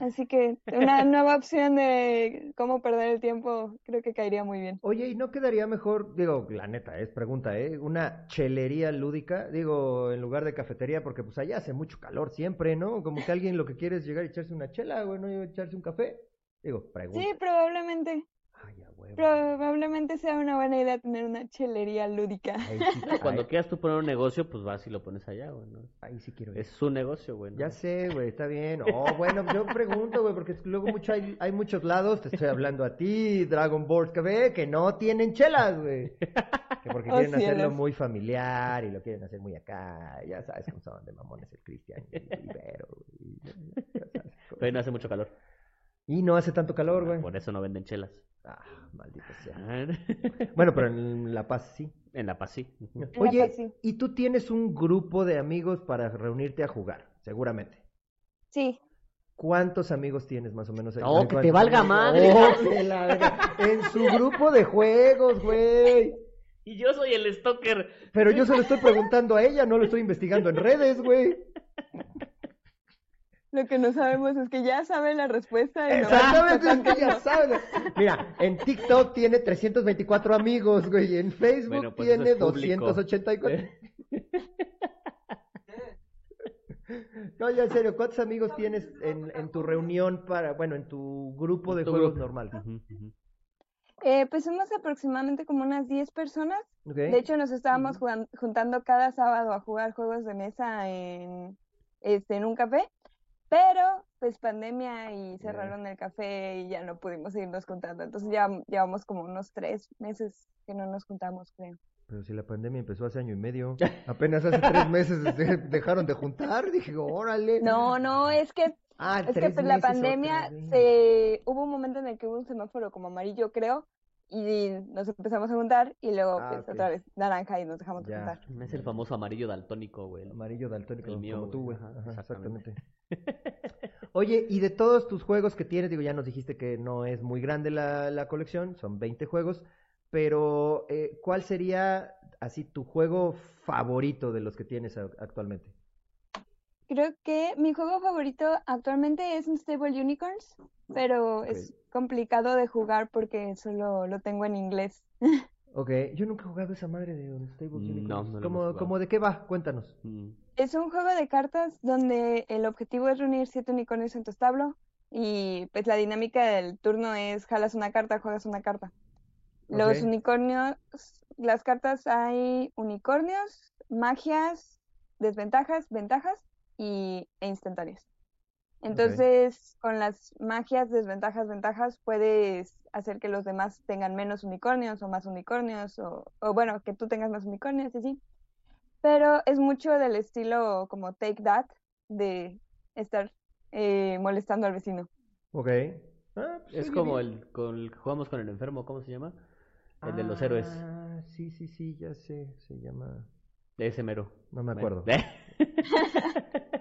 Así que una nueva opción de cómo perder el tiempo creo que caería muy bien. Oye, ¿y no quedaría mejor, digo, la neta, es pregunta, ¿eh? Una chelería lúdica, digo, en lugar de cafetería, porque pues allá hace mucho calor siempre, ¿no? Como que alguien lo que quiere es llegar y echarse una chela, güey, no echarse un café. Digo, pregunta. Sí, probablemente, Ay, a huevo. probablemente sea una buena idea tener una chelería lúdica. Ahí sí, No, cuando ahí- quieras tú poner un negocio, pues vas y lo pones allá, güey, ¿no? ahí sí quiero ir. Es su negocio, güey, ¿no? Ya sé, güey, está bien. Oh, bueno, yo pregunto, güey, porque luego mucho hay, hay muchos lados, te estoy hablando a ti, Dragon Ball KB, que no tienen chelas, güey. Que porque Oh, quieren hacerlo cielos. muy familiar y lo quieren hacer muy acá. Ya sabes cómo son de mamones el Cristian y Ibero. Y, ya sabes cómo Pero no hace mucho calor. son. Y no hace tanto calor, güey. Por eso no venden chelas. Ah, maldito sea. en Bueno, pero en La Paz sí. La Paz, sí. La Oye, Paz, sí. y tú tienes un grupo de amigos para reunirte a jugar, seguramente. Sí, ¿Cuántos amigos tienes más o menos? ahí? No, ¿Cuántos? que te valga madre. Oh, que la verga. En su grupo de juegos, güey. Y yo soy el stalker. Pero yo se lo estoy preguntando a ella, no lo estoy investigando en redes, güey. lo que no sabemos es que ya saben la respuesta y no van a Exactamente, es que ya sabes. Mira, en TikTok tiene 324 amigos, güey. y En Facebook Bueno, pues eso tiene es público. 284. No, ya en serio, ¿cuántos amigos tienes en, en tu reunión para, bueno, en tu grupo de Tu juegos grupo. normal? Ujú, ujú. Eh, pues somos aproximadamente como unas 10 personas. ¿Ok? De hecho, nos estábamos jugan- juntando cada sábado a jugar juegos de mesa en, este, en un café, pero pues pandemia y cerraron el café y ya no pudimos seguirnos juntando. Entonces ya llevamos como unos tres meses que no nos juntamos, creo. Pero si la pandemia empezó hace año y medio, apenas hace tres meses de- dejaron de juntar, dije, órale. No, no, es que, ah, es que tres pues, la meses otra pandemia vez. se... hubo un momento en el que hubo un semáforo como amarillo, creo, y nos empezamos a juntar y luego Ah, pues, ok. otra vez naranja y nos dejamos de Ya. juntar. Es el famoso amarillo daltónico, güey. Amarillo daltónico, El como mío, tú, güey. güey. Ajá, Ajá, exactamente. exactamente. Oye, y de todos tus juegos que tienes, digo, ya nos dijiste que no es muy grande la, la colección, son 20 juegos, pero eh, ¿cuál sería así tu juego favorito de los que tienes a- actualmente? Creo que mi juego favorito actualmente es Unstable Unicorns, pero es complicado de jugar porque solo lo tengo en inglés. Ok, yo nunca he jugado esa madre de Unstable Unicorns. No, no lo hemos ¿Cómo, jugado. cómo de qué va? Cuéntanos. Mm. Es un juego de cartas donde el objetivo es reunir siete unicornios en tu establo y pues la dinámica del turno es jalas una carta, juegas una carta. Los Ok. unicornios, las cartas hay unicornios, magias, desventajas, ventajas y, e instantáneas. Entonces, con las magias, desventajas, ventajas, puedes hacer que los demás tengan menos unicornios o más unicornios, o, o bueno, que tú tengas más unicornios, y sí. Pero es mucho del estilo como Take That, de estar eh, molestando al vecino. Ok. Ah, pues Es oye, como bien. el, con el que jugamos con el enfermo, ¿cómo se llama? El de los héroes. Ah, sí, sí, sí, ya sé. Se llama. Ese mero. No me acuerdo. Bueno,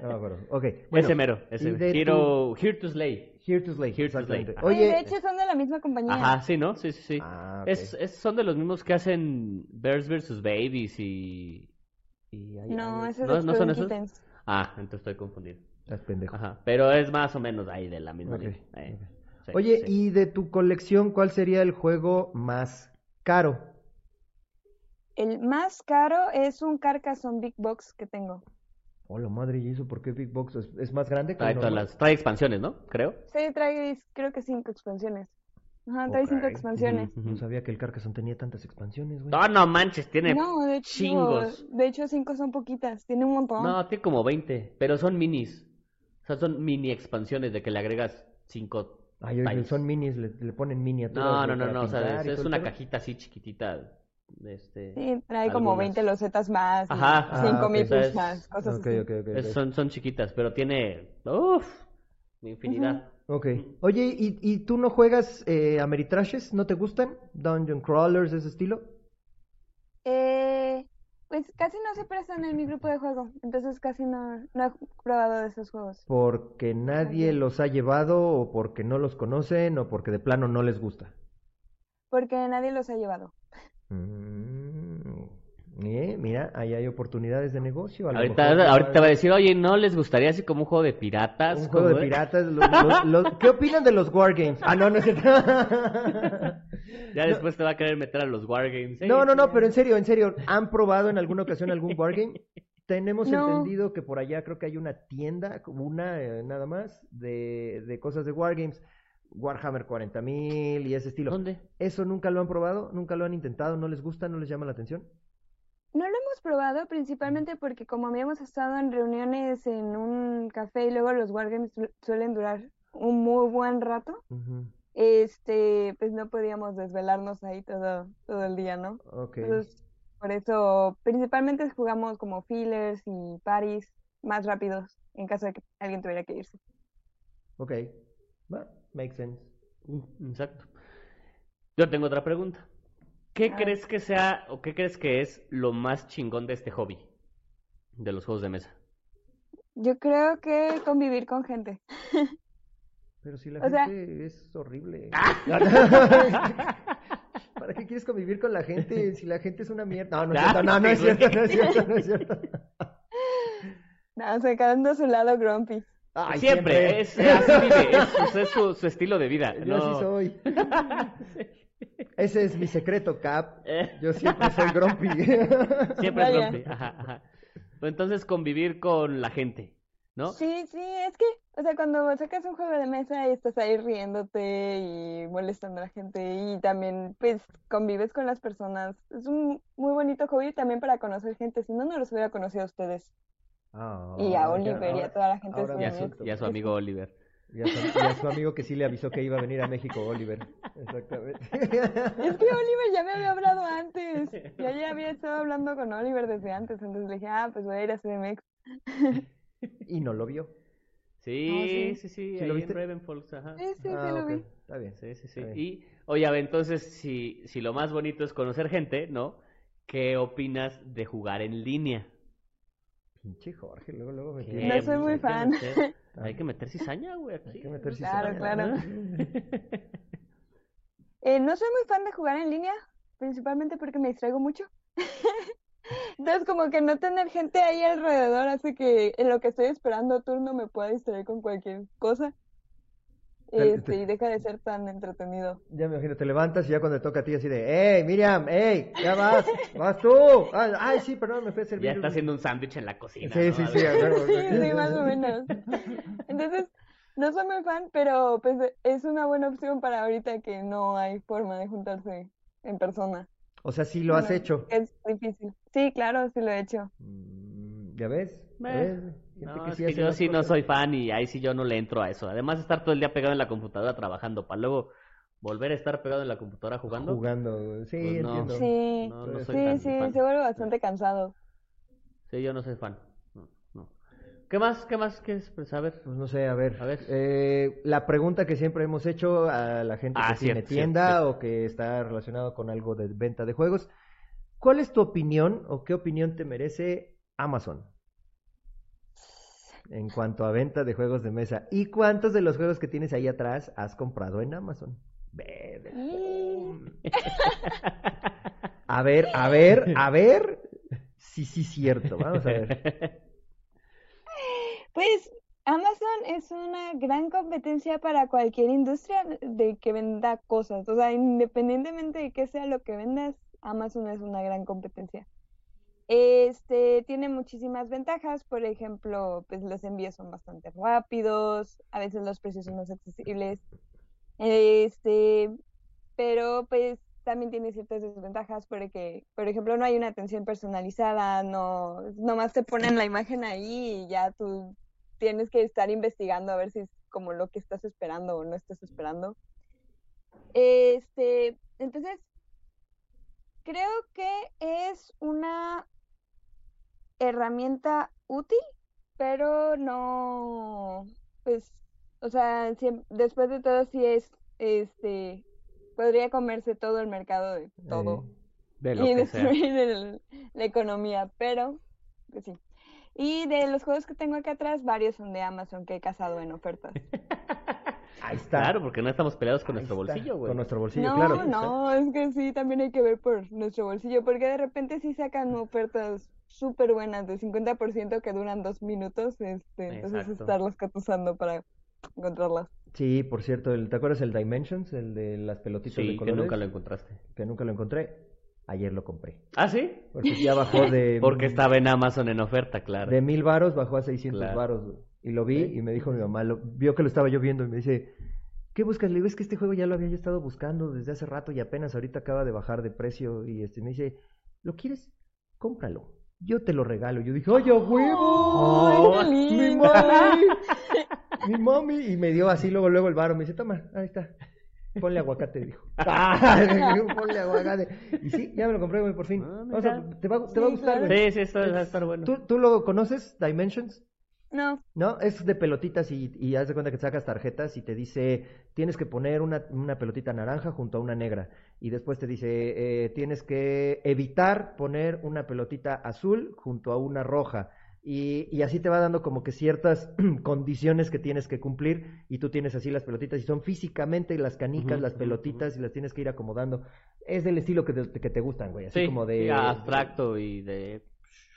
No me acuerdo. Ok. ese Bueno, mero. Ese y de tu- Hero, Here to Slay. Here to Slay. Here to Slay, exactamente. ajá. Oye, de Oye. hecho son de la misma compañía. eh, Ajá, sí, ¿no? Sí, sí, sí. Ah, ok. Es, es- son de los mismos que hacen Bears vs. Babies y... y hay- No, hay- ese es ¿No, de no son Exploding esos? Kittens. Ah, entonces estoy confundido. Estás pendejo. Ajá, pero es más o menos ahí de la misma Ok, línea. Eh, sí, Oye, sí. y de tu colección, ¿cuál sería el juego más caro? El más caro es un Carcassonne Big Box que tengo. Hola Oh, madre, ¿y eso por qué Big Box es, es más grande que el Trae, todas normal? las- trae expansiones, ¿no? Creo. Sí, trae creo que cinco expansiones. Ajá, trae cinco Ok. expansiones. Ujú, Ah, No ujú. sabía que el Carcassonne tenía tantas expansiones, güey. No, no manches, tiene No, de hecho, chingos. de hecho cinco son poquitas, tiene un montón. No, tiene como 20, pero son minis. O sea, son mini expansiones de que le agregas 5. Ay, oye, son minis, le, le ponen miniaturas. No, güey, no, no, para no, o sea, pintar es, y es todo el una pedo. cajita así chiquitita. Este, Sí, trae como algunas. 20 losetas más, y Ajá. cinco Ah, mil ok. plus Entonces, más, cosas Ok, así. ok, ok, ok. Es- son, son chiquitas, pero tiene. Uff, infinidad. Ok. Oye, ¿y, y tú no juegas eh, Ameritrashes? ¿No te gustan? Dungeon Crawlers, ese estilo. Eh, pues casi no se prestan en mi grupo de juego, entonces casi no, no he probado de esos juegos. Porque nadie Oye. los ha llevado, o porque no los conocen, o porque de plano no les gusta. Porque nadie los ha llevado. Mm, eh, mira, ahí hay oportunidades de negocio. a lo Ahorita, mejor te ahorita te vas- va a decir, oye, ¿no les gustaría así como un juego de piratas? Un juego de Como piratas. lo- lo- lo- ¿Qué opinan de los Wargames? Ah, no, no es cierto. Ya después te va a querer meter a los Wargames. ¿eh? No, no, no, pero en serio, en serio. ¿Han probado en alguna ocasión algún Wargame? Tenemos No. entendido que por allá creo que hay una tienda, como una eh, nada más, de, de cosas de Wargames. Warhammer 40.000 y ese estilo. ¿Dónde? ¿Eso nunca lo han probado? ¿Nunca lo han intentado? ¿No les gusta? ¿No les llama la atención? No lo hemos probado principalmente porque como habíamos estado en reuniones en un café y luego los wargames su- suelen durar un muy buen rato, Ujú, este, pues no podíamos desvelarnos ahí todo, todo el día, ¿no? Ok. Entonces, por eso principalmente jugamos como fillers y paris más rápidos en caso de que alguien tuviera que irse. Ok. Va, makes sense. Mm, Exacto. Yo tengo otra pregunta. ¿Qué A ver. crees que sea o qué crees que es lo más chingón de este hobby? De los juegos de mesa. Yo creo que convivir con gente. Pero si la O sea- gente es horrible. ¿Para qué quieres convivir con la gente si la gente es una mierda? No, no es Ah, cierto, no, no es sí, güey. cierto, no es cierto, no es cierto. No, se quedando a su lado grumpy. Ay, siempre, es así vive, es, o sea, es su, su estilo de vida. Yo no- así soy. Ese es mi secreto, Cap. Eh, Yo siempre soy grumpy. siempre es Vaya. grumpy, ajá, ajá. Entonces convivir con la gente, ¿no? Sí, sí, es que, o sea, cuando sacas un juego de mesa y estás ahí riéndote y molestando a la gente y también, pues, convives con las personas. Es un muy bonito hobby también para conocer gente. Si no, no los hubiera conocido a ustedes. Ah, Y a Oliver y a ahora- toda la gente de ahora su Y a grupo. su, y a su amigo Oliver. y a su- y a su amigo que sí le avisó que iba a venir a México, Oliver. Exactamente. Es que Oliver ya me había hablado antes. Yo ya había estado hablando con Oliver desde antes. Entonces le dije, ah, pues voy a ir a CDMX. Y no lo vio. Sí, No, sí. sí, sí, Ah, ¿Sí ahí lo en viste? Ravenfolks, ajá. Sí, sí, sí Ah, lo ok, vi. Está bien. Sí, sí, sí. Está bien. Y, oye, a ver, entonces, si, si lo más bonito es conocer gente, ¿no? ¿Qué opinas de jugar en línea? Pinche Jorge, luego, luego me ¿Qué? tiene- No soy muy pues, Hay que fan. meter- hay que meter cizaña, güey, aquí. Hay que meter Claro, cizaña, claro. ¿no? Eh, no soy muy fan de jugar en línea, principalmente porque me distraigo mucho. Entonces, como que no tener gente ahí alrededor hace que en lo que estoy esperando turno me pueda distraer con cualquier cosa. este, y deja de ser tan entretenido. Ya me imagino, te levantas y ya cuando te toca a ti así de, ¡Ey, Miriam! ¡Ey! ¡Ya vas! ¡Vas tú! ¡Ay, ay, sí, perdón, me fue a servir! Ya está un- haciendo un sándwich en la cocina. Sí, ¿no? sí, A sí. ver. a huevo. Sí, sí, más o menos. Entonces, no soy muy fan, pero pues es una buena opción para ahorita que no hay forma de juntarse en persona. O sea, sí lo has Bueno, hecho. Es difícil. Sí, claro, sí lo he hecho. Mm, ¿Ya ves? ¿Ya Eh, ves? Gente No, que es sí que hace yo las sí no cosas. soy fan y ahí sí yo no le entro a eso. Además, estar todo el día pegado en la computadora trabajando para luego volver a estar pegado en la computadora jugando. Jugando. Sí, Pues no. entiendo. Sí, No, no Sí, soy sí, tan sí, fan. se vuelve bastante cansado. Sí, yo no soy fan. No, no. ¿Qué más? ¿Qué más quieres pues, saber? Pues no sé, a ver. A ver. eh, la pregunta que siempre hemos hecho a la gente Ah, que tiene cierto, tienda cierto, o que está relacionado con algo de venta de juegos. ¿Cuál es tu opinión o qué opinión te merece Amazon? En cuanto a venta de juegos de mesa. ¿Y cuántos de los juegos que tienes ahí atrás has comprado en Amazon? Ve- Y- A ver, a ver, a ver. Sí, sí, cierto. Vamos a ver. Pues Amazon es una gran competencia para cualquier industria de que venda cosas. O sea, independientemente de qué sea lo que vendas, Amazon es una gran competencia. Este tiene muchísimas ventajas, por ejemplo, pues los envíos son bastante rápidos, a veces los precios son más accesibles. Este, pero pues también tiene ciertas desventajas porque, por ejemplo, no hay una atención personalizada, no, nomás te ponen la imagen ahí y ya tú tienes que estar investigando a ver si es como lo que estás esperando o no estás esperando. Este, entonces, creo que es una herramienta útil, pero no, pues, o sea, siem- después de todo sí es, este, podría comerse todo el mercado de todo Eh, De lo y que sea. destruir el- la economía, pero pues sí. Y de los juegos que tengo acá atrás, varios son de Amazon que he cazado en ofertas. ahí está. Claro, porque no estamos peleados con Ahí nuestro está, bolsillo, güey. Con nuestro bolsillo, no, claro. no, es que sí, también hay que ver por nuestro bolsillo, porque de repente sí sacan ofertas súper buenas de 50% que duran dos minutos, este, entonces Exacto. estarlas catuzando para encontrarlas. Sí, por cierto, el- ¿te acuerdas el Dimensions? El de las pelotitas de Sí, que colores. nunca lo encontraste. que nunca lo encontré. Ayer lo compré. ¿Ah, sí? Porque ya bajó de. Porque estaba en Amazon en oferta, claro. De mil varos bajó a 600 Claro. varos, güey. Y lo vi y me dijo mi mamá, lo- vio que lo estaba yo viendo y me dice, ¿qué buscas? Le digo, es que este juego ya lo había yo estado buscando desde hace rato y apenas ahorita acaba de bajar de precio. Y este me dice, ¿lo quieres? Cómpralo. Yo te lo regalo. Yo dije, ¡ay, a huevo! ¡Ay, qué ¡Mi lindo! mami! ¡Mi mami! Y me dio así luego, luego el varo. Me dice, toma, ahí está. Ponle aguacate, dijo. ¡Ah! Ponle aguacate. Y sí, ya me lo compré, güey, por fin. Ah, O sea, mira. te va, te va a Sí, gustar, claro. güey. Sí, sí, esto va a estar bueno. ¿Tú, tú lo conoces, Dimensions? No, ¿No? Es de pelotitas y, y haz de cuenta que sacas tarjetas y te dice, tienes que poner una, una pelotita naranja junto a una negra. Y después te dice, eh, tienes que evitar poner una pelotita azul junto a una roja. Y, y así te va dando como que ciertas condiciones que tienes que cumplir y tú tienes así las pelotitas y son físicamente las canicas, Ujú, las ujú, pelotitas y las tienes que ir acomodando. Es del estilo que te, que te gustan, güey, así Sí, como de... sí, abstracto y de...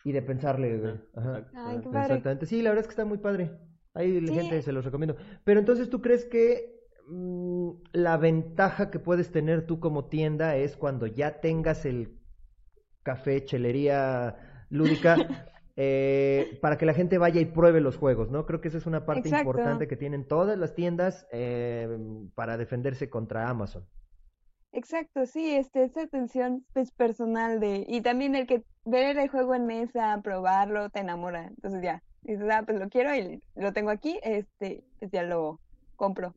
Y de pensarle, güey. Ajá, Ajá. exacto. ay, qué padre. Exactamente. Sí, la verdad es que está muy padre. Ahí la Sí. gente se los recomiendo. Pero entonces, ¿tú crees que mm, la ventaja que puedes tener tú como tienda es cuando ya tengas el café, chelería lúdica, eh, para que la gente vaya y pruebe los juegos, ¿no? Creo que esa es una parte Exacto. importante que tienen todas las tiendas eh, para defenderse contra Amazon. Exacto, sí, este, esa atención pues, personal de, y también el que ver el juego en mesa, probarlo, te enamora. Entonces ya, dices, ah, pues lo quiero y lo tengo aquí, este, pues ya lo compro.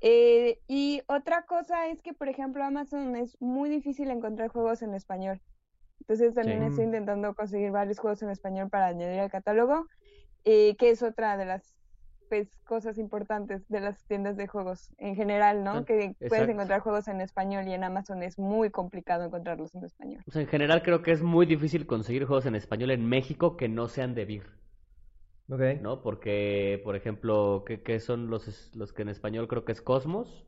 Eh, y otra cosa es que, por ejemplo, Amazon es muy difícil encontrar juegos en español. Entonces también Sí. estoy intentando conseguir varios juegos en español para añadir al catálogo, eh, que es otra de las pues, cosas importantes de las tiendas de juegos en general, ¿no? Ah, que puedes exacto. encontrar juegos en español y en Amazon es muy complicado encontrarlos en español. O sea, en general creo que es muy difícil conseguir juegos en español en México que no sean de Vir, ¿Ok? ¿no? Porque, por ejemplo, ¿qué, qué son los, es- los que en español creo que es Cosmos?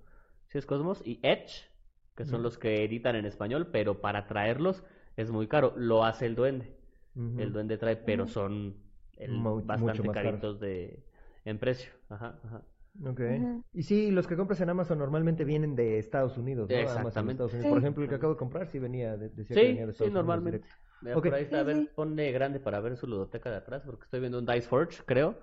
Sí, es Cosmos. Y Edge, que son Ujú. los que editan en español, pero para traerlos es muy caro. Lo hace el duende. Ujú. El duende trae, pero Ujú. son el- Mu- mucho bastante más caros. caritos de, en precio. Ajá, ajá. Ok. Ujú. Y sí, los que compras en Amazon normalmente vienen de Estados Unidos, ¿no? Amazon de Exactamente. Estados Unidos. Sí. Por ejemplo, el que acabo de comprar sí venía de, decía que Sí, venía de sí, Estados Unidos normalmente. directo. Mira, Ok. Por ahí está, a Sí, sí. ver, ponle grande para ver su ludoteca de atrás, porque estoy viendo un Dice Forge, creo,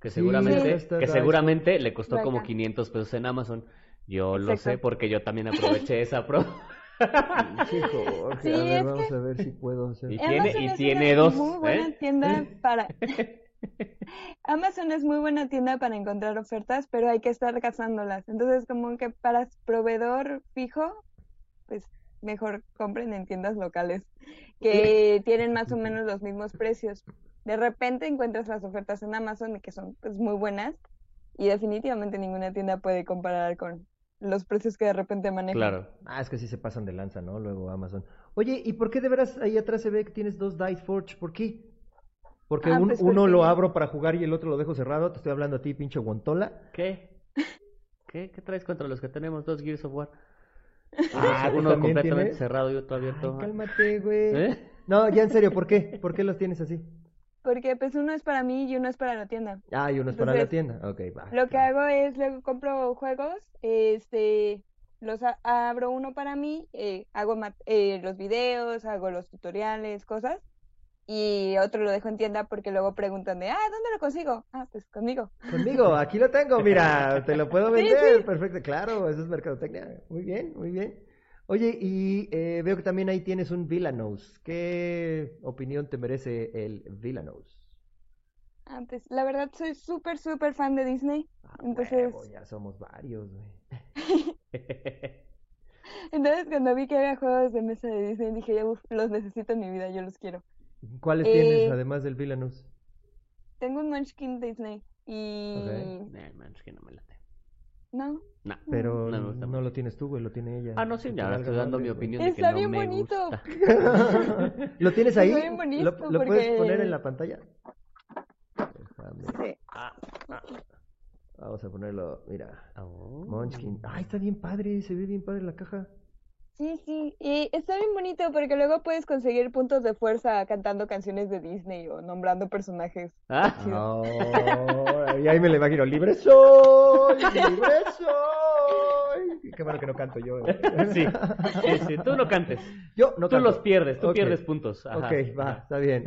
que Sí, seguramente, acá está que Dice seguramente le costó Por como acá. 500 pesos en Amazon. Yo lo Exacto. sé porque yo también aproveché esa pro. Sí, Jorge, Sí, a ver, es vamos que- a ver si puedo hacer. Y- Amazon tiene- es tiene una dos, muy ¿eh? buena tienda para Amazon es muy buena tienda para encontrar ofertas, pero hay que estar cazándolas. Entonces, como que para proveedor fijo, pues mejor compren en tiendas locales que tienen más o menos los mismos precios. De repente encuentras las ofertas en Amazon que son pues muy buenas y definitivamente ninguna tienda puede comparar con los precios que de repente manejan. Claro. Ah, es que sí se pasan de lanza, ¿no? Luego Amazon. Oye, ¿y por qué de veras ahí atrás se ve que tienes dos Dice Forge? ¿Por qué? Porque Ah, un- pues uno porque- lo abro para jugar y el otro lo dejo cerrado. Te estoy hablando a ti, pinche guantola. ¿Qué? ¿Qué? ¿Qué traes contra los que tenemos dos Gears of War? Ah, ¿tú Uno también completamente tienes? cerrado y otro abierto. Ay, cálmate, güey. ¿Eh? No, ya en serio, ¿por qué? ¿Por qué los tienes así? Porque pues uno es para mí y uno es para la tienda. Ah, y uno es para la Entonces, tienda. Ok, va. Pues Lo que hago es luego compro juegos, este, los a- abro uno para mí, eh, hago ma- eh, los videos, hago los tutoriales, cosas, y otro lo dejo en tienda porque luego preguntan de, ah, ¿dónde lo consigo? Ah, pues conmigo. Conmigo, aquí lo tengo, mira, te lo puedo Sí, vender. sí. Perfecto, claro, eso es mercadotecnia. Muy bien, muy bien. Oye, y eh, veo que también ahí tienes un Villanos. ¿Qué opinión te merece el Villanos? Ah, pues la verdad soy súper, súper fan de Disney, entonces, Ah, Huevo, ya somos varios, güey. entonces cuando vi que había juegos de mesa de Disney dije, uff, los necesito en mi vida, yo los quiero. ¿Cuáles Eh, tienes además del Villanos? Tengo un Munchkin Disney y... Eh, man, es que no me late. No, No. mm. Pero no me no, gusta lo tienes tú, güey, lo tiene ella. Ah, no, sí, Que te ahora estoy valga dando mi madre, güey. opinión de que Está no bien me bonito. pues, gusta. ¿Lo tienes Está ahí? bien bonito ¿Lo, lo puedes porque- poner en la pantalla? Déjame, sí. Ah, ah, Vamos a ponerlo, mira. oh. Munchkin. Ay, está bien padre, se ve bien padre la caja. Sí, sí, y está bien bonito porque luego puedes conseguir puntos de fuerza cantando canciones de Disney o nombrando personajes. Ah, Oh, y ahí me lo imagino, libre soy, libre soy. Qué bueno que no canto yo. güey. sí, sí, sí, tú no cantes. Yo no tú canto. los pierdes, tú Ok. pierdes puntos. Ajá. Ok, va, está bien.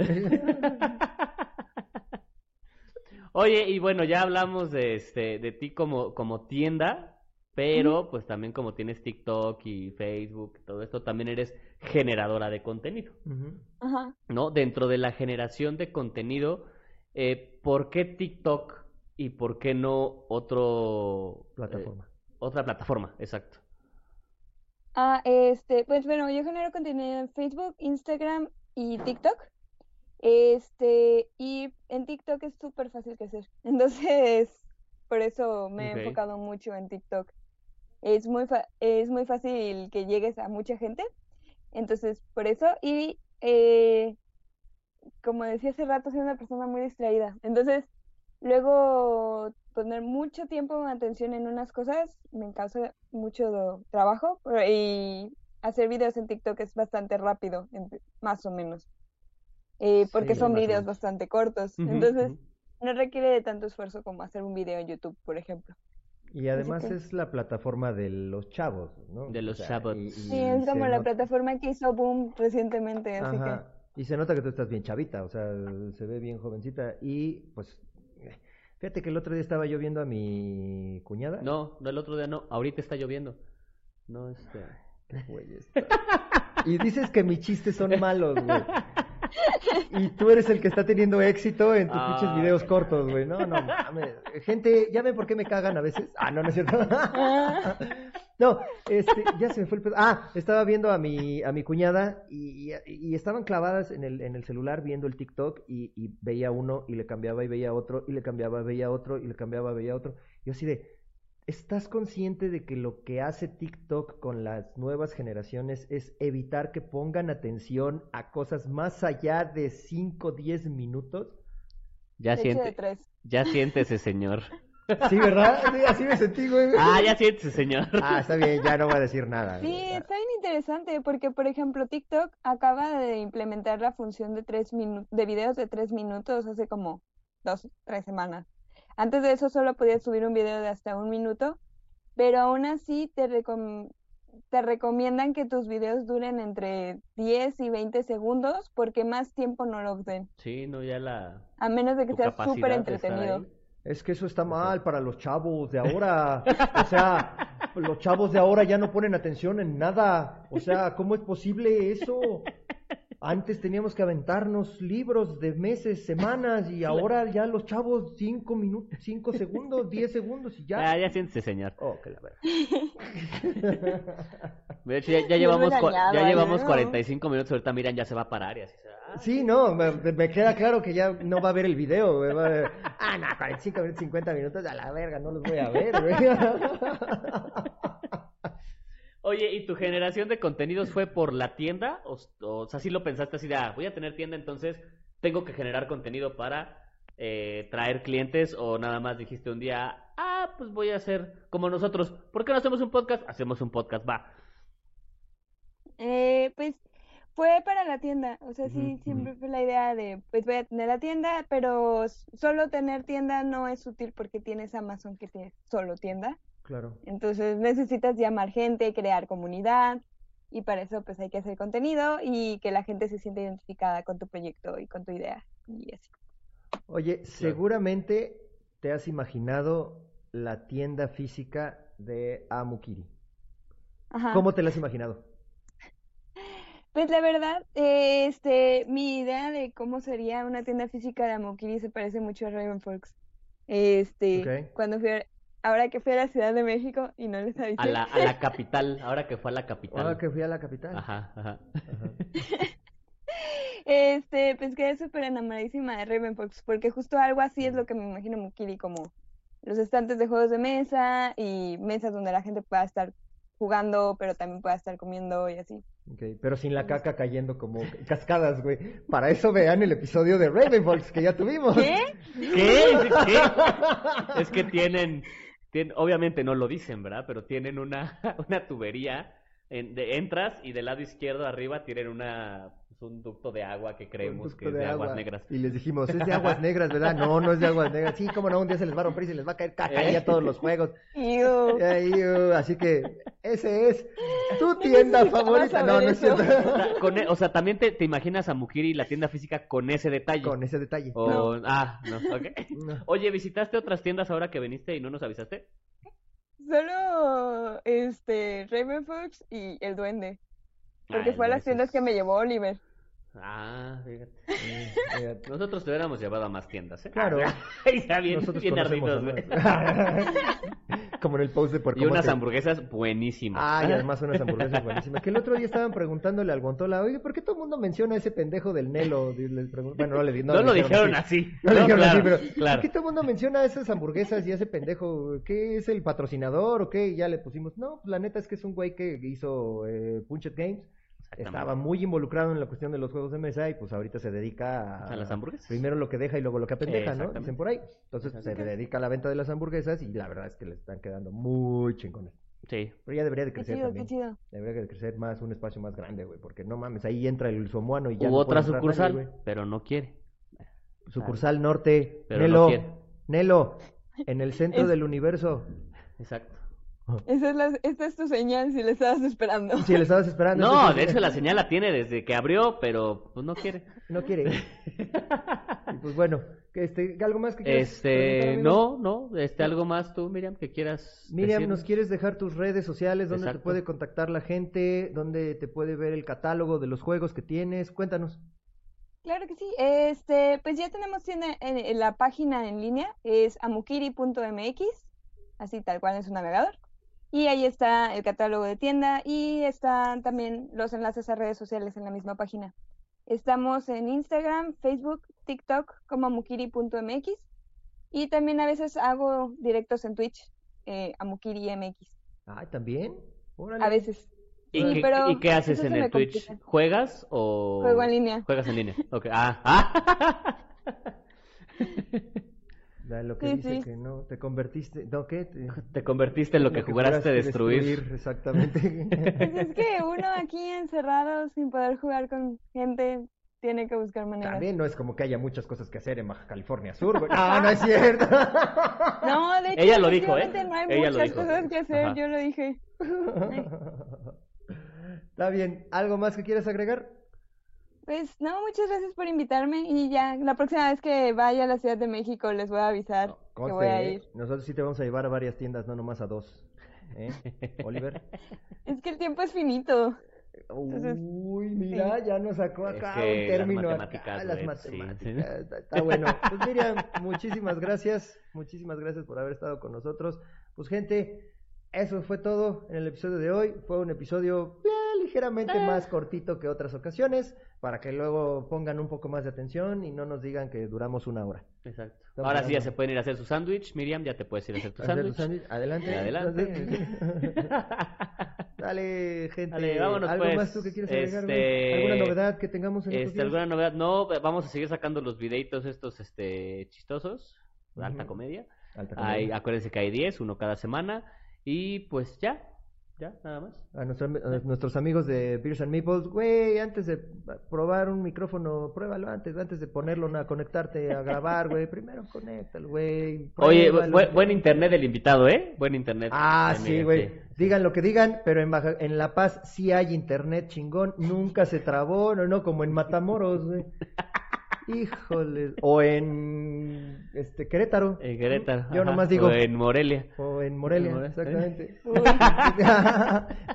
Oye, y bueno, ya hablamos de este, de ti como, como tienda, pero pues también como tienes TikTok y Facebook y todo esto, también eres generadora de contenido, Ujú. Ajá. ¿no? Dentro de la generación de contenido, eh, ¿por qué TikTok y por qué no otro eh, Plataforma. otra plataforma, exacto. Ah, este, pues bueno, yo genero contenido en Facebook, Instagram y TikTok. Este, y en TikTok es súper fácil crecer. Entonces, por eso me he Ok. enfocado mucho en TikTok. Es muy fa- es muy fácil que llegues a mucha gente. Entonces, por eso. Y eh, como decía hace rato, soy una persona muy distraída. Entonces, luego poner mucho tiempo de atención en unas cosas me causa mucho do- trabajo pero- y hacer videos en TikTok es bastante rápido, en- más o menos. Eh, porque Sí, son más o videos menos. bastante cortos. Ujú, Entonces, ujú. no requiere de tanto esfuerzo como hacer un video en YouTube, por ejemplo. Eh, Y además que- es la plataforma de los chavos, ¿no? De los chavos. Sí, es como se la nota- plataforma que hizo Boom recientemente, así que... Ajá. Y se nota que tú estás bien chavita, o sea, se ve bien jovencita. Y pues, eh, fíjate que el otro día estaba yo viendo a mi cuñada. No, no el otro día no, ahorita está lloviendo. No, este. Qué güey está. Y dices que mis chistes son malos, güey. Y tú eres el que está teniendo éxito en tus Ah. pinches videos cortos, güey. No, no mames. Gente, ¿ya ven por qué me cagan a veces? Ah, no, no es cierto. ¡Ah! No, este, ya se me fue el pedo. Ah, estaba viendo a mi, a mi cuñada y, y- y estaban clavadas en el, en el celular viendo el TikTok y, y veía uno y le cambiaba y veía otro y le cambiaba, veía otro y le cambiaba, veía otro. Yo así de, ¿Estás consciente de que lo que hace TikTok con las nuevas generaciones es evitar que pongan atención a cosas más allá de 5, 10 minutos? Ya de hecho, de siente, tres. ya siéntese, señor. Sí, ¿verdad? Sí, así me sentí, güey. Ah, ya siéntese, señor. Ah, está bien, ya no voy a decir nada. Sí, está bien interesante porque, por ejemplo, TikTok acaba de implementar la función de tres minu- de videos de tres minutos hace como dos, tres semanas. Antes de eso solo podías subir un video de hasta un minuto, pero aún así te, recom te recomiendan que tus videos duren entre 10 y 20 segundos porque más tiempo no los den, Sí, no, ya la. a menos de que tu seas capacidad ¿eh? súper de estar entretenido. ahí. Es que eso está mal para los chavos de ahora. O sea, los chavos de ahora ya no ponen atención en nada. O sea, ¿cómo es posible eso? Antes teníamos que aventarnos libros de meses, semanas, y ahora ya los chavos cinco minutos, cinco segundos, diez segundos y Ya, ya. Ah, ya siéntese, señor. Oh, que la verga. De hecho, ya, ya Bien llevamos, cua- regañado, ya ay, llevamos no. 45 minutos. Ahorita Miran ya se va a parar y así se va. Ah, Sí, no, me, me queda claro que ya no va a ver el video. güey, va a ver, ah, no, 45 minutos, 50 minutos, a la verga, no los voy a ver. güey. Oye, ¿y tu generación de contenidos fue por la tienda? O, o sea, si lo pensaste así de, ah, voy a tener tienda, entonces tengo que generar contenido para eh, traer clientes o nada más dijiste un día, ah, pues voy a hacer como nosotros. ¿Por qué no hacemos un podcast? Hacemos un podcast, va. Eh, pues fue para la tienda, o sea, sí, Ujú, siempre fue la idea de, pues voy a tener la tienda, pero s- solo tener tienda no es útil porque tienes Amazon que tiene solo tienda, Claro. entonces necesitas llamar gente, crear comunidad y para eso pues hay que hacer contenido y que la gente se sienta identificada con tu proyecto y con tu idea y así. Oye, seguramente te has imaginado la tienda física de Amukiri. Ajá. ¿Cómo te la has imaginado? Pues la verdad, eh, este, mi idea de cómo sería una tienda física de Amokiri se parece mucho a Raven Fox. Este, Ok. cuando fui a- ahora que fui a la Ciudad de México y no les A avisé, la, a la capital, ahora que fue a la capital. Ahora Ah, que fui a la capital. Ah. Ajá, ajá. Ajá. este, pues quedé súper enamoradísima de Raven Fox, porque justo algo así es lo que me imagino Amokiri, como los estantes de juegos de mesa y mesas donde la gente pueda estar jugando, pero también pueda estar comiendo y así. Ok, Pero sin la caca cayendo como cascadas, güey. Para eso vean el episodio de Ravenbox que ya tuvimos. ¿Qué? ¿Qué? ¿Qué? Es que tienen, tienen- obviamente no lo dicen, ¿verdad? Pero tienen una, una tubería. en- de- entras y del lado izquierdo arriba tienen una, pues, un ducto de agua que creemos Un que gusto es de, aguas agua. negras. Y les dijimos, es de aguas negras, ¿verdad? No, no es de aguas negras. Sí, cómo no, un día se les va a romper y se les va a caer caca ahí a todos los juegos. Iu. Ay, uh, así que ese es tu tienda necesitaba favorita. No, no es saber cierto. O sea, con e- o sea, también te, te imaginas a Mujiri y la tienda física con ese detalle. Con ese detalle. O- Ah, no, ok. No. Oye, ¿visitaste otras tiendas ahora que viniste y no nos avisaste? Solo este Raven Fox y el duende. Porque Ay, fue a no, las eso tiendas que es- me llevó Oliver. Ah, fíjate. Mira, Nosotros te hubiéramos llevado a más tiendas, ¿eh? Claro. Ay, ya bien, Nosotros bien conocemos ardidos, a güey. más. Como en el post de por Y cómo unas te- hamburguesas buenísimas. Ah, y además unas hamburguesas buenísimas. Que el otro día estaban preguntándole al Guantola, oye, ¿por qué todo el mundo menciona a ese pendejo del Nelo? Y les pregun- Bueno, no le di- no, le lo dijeron así. así. No, le dijeron claro, así, pero ¿por claro. qué todo el mundo menciona a esas hamburguesas y a ese pendejo? ¿Qué es el patrocinador o qué? Y ya le pusimos, no, pues, la neta es que es un güey que hizo eh, Punchet Games. Exactamente. Estaba muy involucrado en la cuestión de los juegos de mesa y pues ahorita se dedica A las hamburguesas. Primero lo que deja y luego lo que apendeja, ¿no? Exactamente. Dicen por ahí. Entonces se dedica a la venta de las hamburguesas y la verdad es que le están quedando muy chingones. Sí. Pero ya debería de Qué crecer chido, qué también. chido. Debería de crecer más, un espacio más grande, güey. Porque no mames, ahí entra el somuano y ya. Hubo no puede otra entrar sucursal, nadie, güey. pero no quiere. sucursal norte. Pero no Nelo. quiere. Nelo. En el centro Es- del universo. Exacto. Esa es la- esta es tu señal si le estabas esperando. Si lo estabas esperando. No, entonces, de hecho la señal la tiene desde que abrió, pero pues no quiere. No quiere. Y pues bueno, que este, ¿algo más que quieras Este, preguntar, amigo? no, no, este, algo más tú, Miriam, que quieras Miriam, decir? ¿nos quieres dejar tus redes sociales? ¿Dónde te Exacto. puede contactar la gente? ¿Dónde te puede ver el catálogo de los juegos que tienes? Cuéntanos. Claro que sí. Este, pues ya tenemos tienda en, en la página en línea, es amukiri.mx, así tal cual en su navegador. Y ahí está el catálogo de tienda y están también los enlaces a redes sociales en la misma página. Estamos en Instagram, Facebook, TikTok como amukiri.mx y también a veces hago directos en Twitch, eh, amukiri.mx, Ay, también. Órale. a veces. ¿Y, Sí, qué, pero y qué haces eso en se el me Twitch? complica. ¿Juegas o...? Juego en línea. Juegas en línea, ok. Ah, ah. Da lo que Sí, dice sí. que no, te convertiste. No, ¿qué? Te- Te convertiste en lo que juraste destruir. Exactamente. Pues es que uno aquí encerrado sin poder jugar con gente, tiene que buscar maneras. También no es como que haya muchas cosas que hacer en Baja California Sur, güey. No, no es cierto. No, de hecho, Ella lo dijo, efectivamente, ¿eh? No hay Ella lo muchas dijo. cosas que hacer, Ajá. yo lo dije. Está bien. ¿Algo más que quieras agregar? Pues no, muchas gracias por invitarme y ya la próxima vez que vaya a la Ciudad de México les voy a avisar que voy a Conste, ¿eh? ir. Nosotros sí te vamos a llevar a varias tiendas, no nomás a dos. ¿Eh, Oliver? Es que el tiempo es finito. Entonces, Uy, mira, ya nos sacó Es acá que un las término acá, matemáticas, las güey, sí, matemáticas. sí. Está, está bueno. Pues Miriam, muchísimas gracias, muchísimas gracias por haber estado con nosotros. Pues gente, eso fue todo en el episodio de hoy. Fue un episodio eh, ligeramente más cortito que otras ocasiones, para que luego pongan un poco más de atención y no nos digan que duramos una hora. Exacto. Estamos Ahora sí ya hablando. se pueden ir a hacer su sándwich. Miriam, ya te puedes ir a hacer tu Hacer tu sándwich. sándwich. Adelante. Adelante. Dale, gente. Dale, vámonos, ¿Algo pues. más tú que quieres agregar? güey? Este, ¿Alguna novedad que tengamos en estos Este, días? ¿Alguna novedad? No, vamos a seguir sacando los videitos estos este, chistosos. de Alta Ujú. comedia. Alta Hay- comedia. acuérdense que hay 10, uno cada semana. Y pues ya, ya, nada más. A, nuestro- a nuestros amigos de Beers and Meeples, güey, antes de probar un micrófono, pruébalo antes, antes de ponerlo a conectarte a grabar, güey, primero conéctalo, güey. Oye, pruébalo. buen, buen internet del invitado, ¿eh? Buen internet. este Ah, También, sí, güey. este. Digan lo que digan, pero en, Baja- en La Paz sí hay internet chingón. Nunca se trabó, no, no, como en Matamoros, güey. Híjole. O en este Querétaro. En Querétaro. Yo ajá, nomás digo. o en Morelia. O en Morelia, En Morelia, ¿eh? exactamente.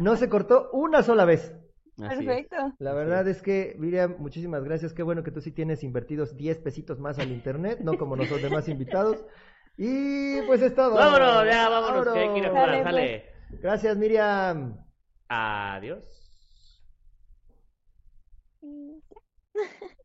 no se cortó una sola vez. Así es. Perfecto. La Así verdad es que, Miriam, muchísimas gracias. Qué bueno que tú sí tienes invertidos 10 pesitos más al internet, no como los demás invitados. Y pues es todo. Vámonos, ya, vámonos. Que hay que ir a Vámonos. pues. jugar, sale. Gracias, Miriam. Adiós. Mm.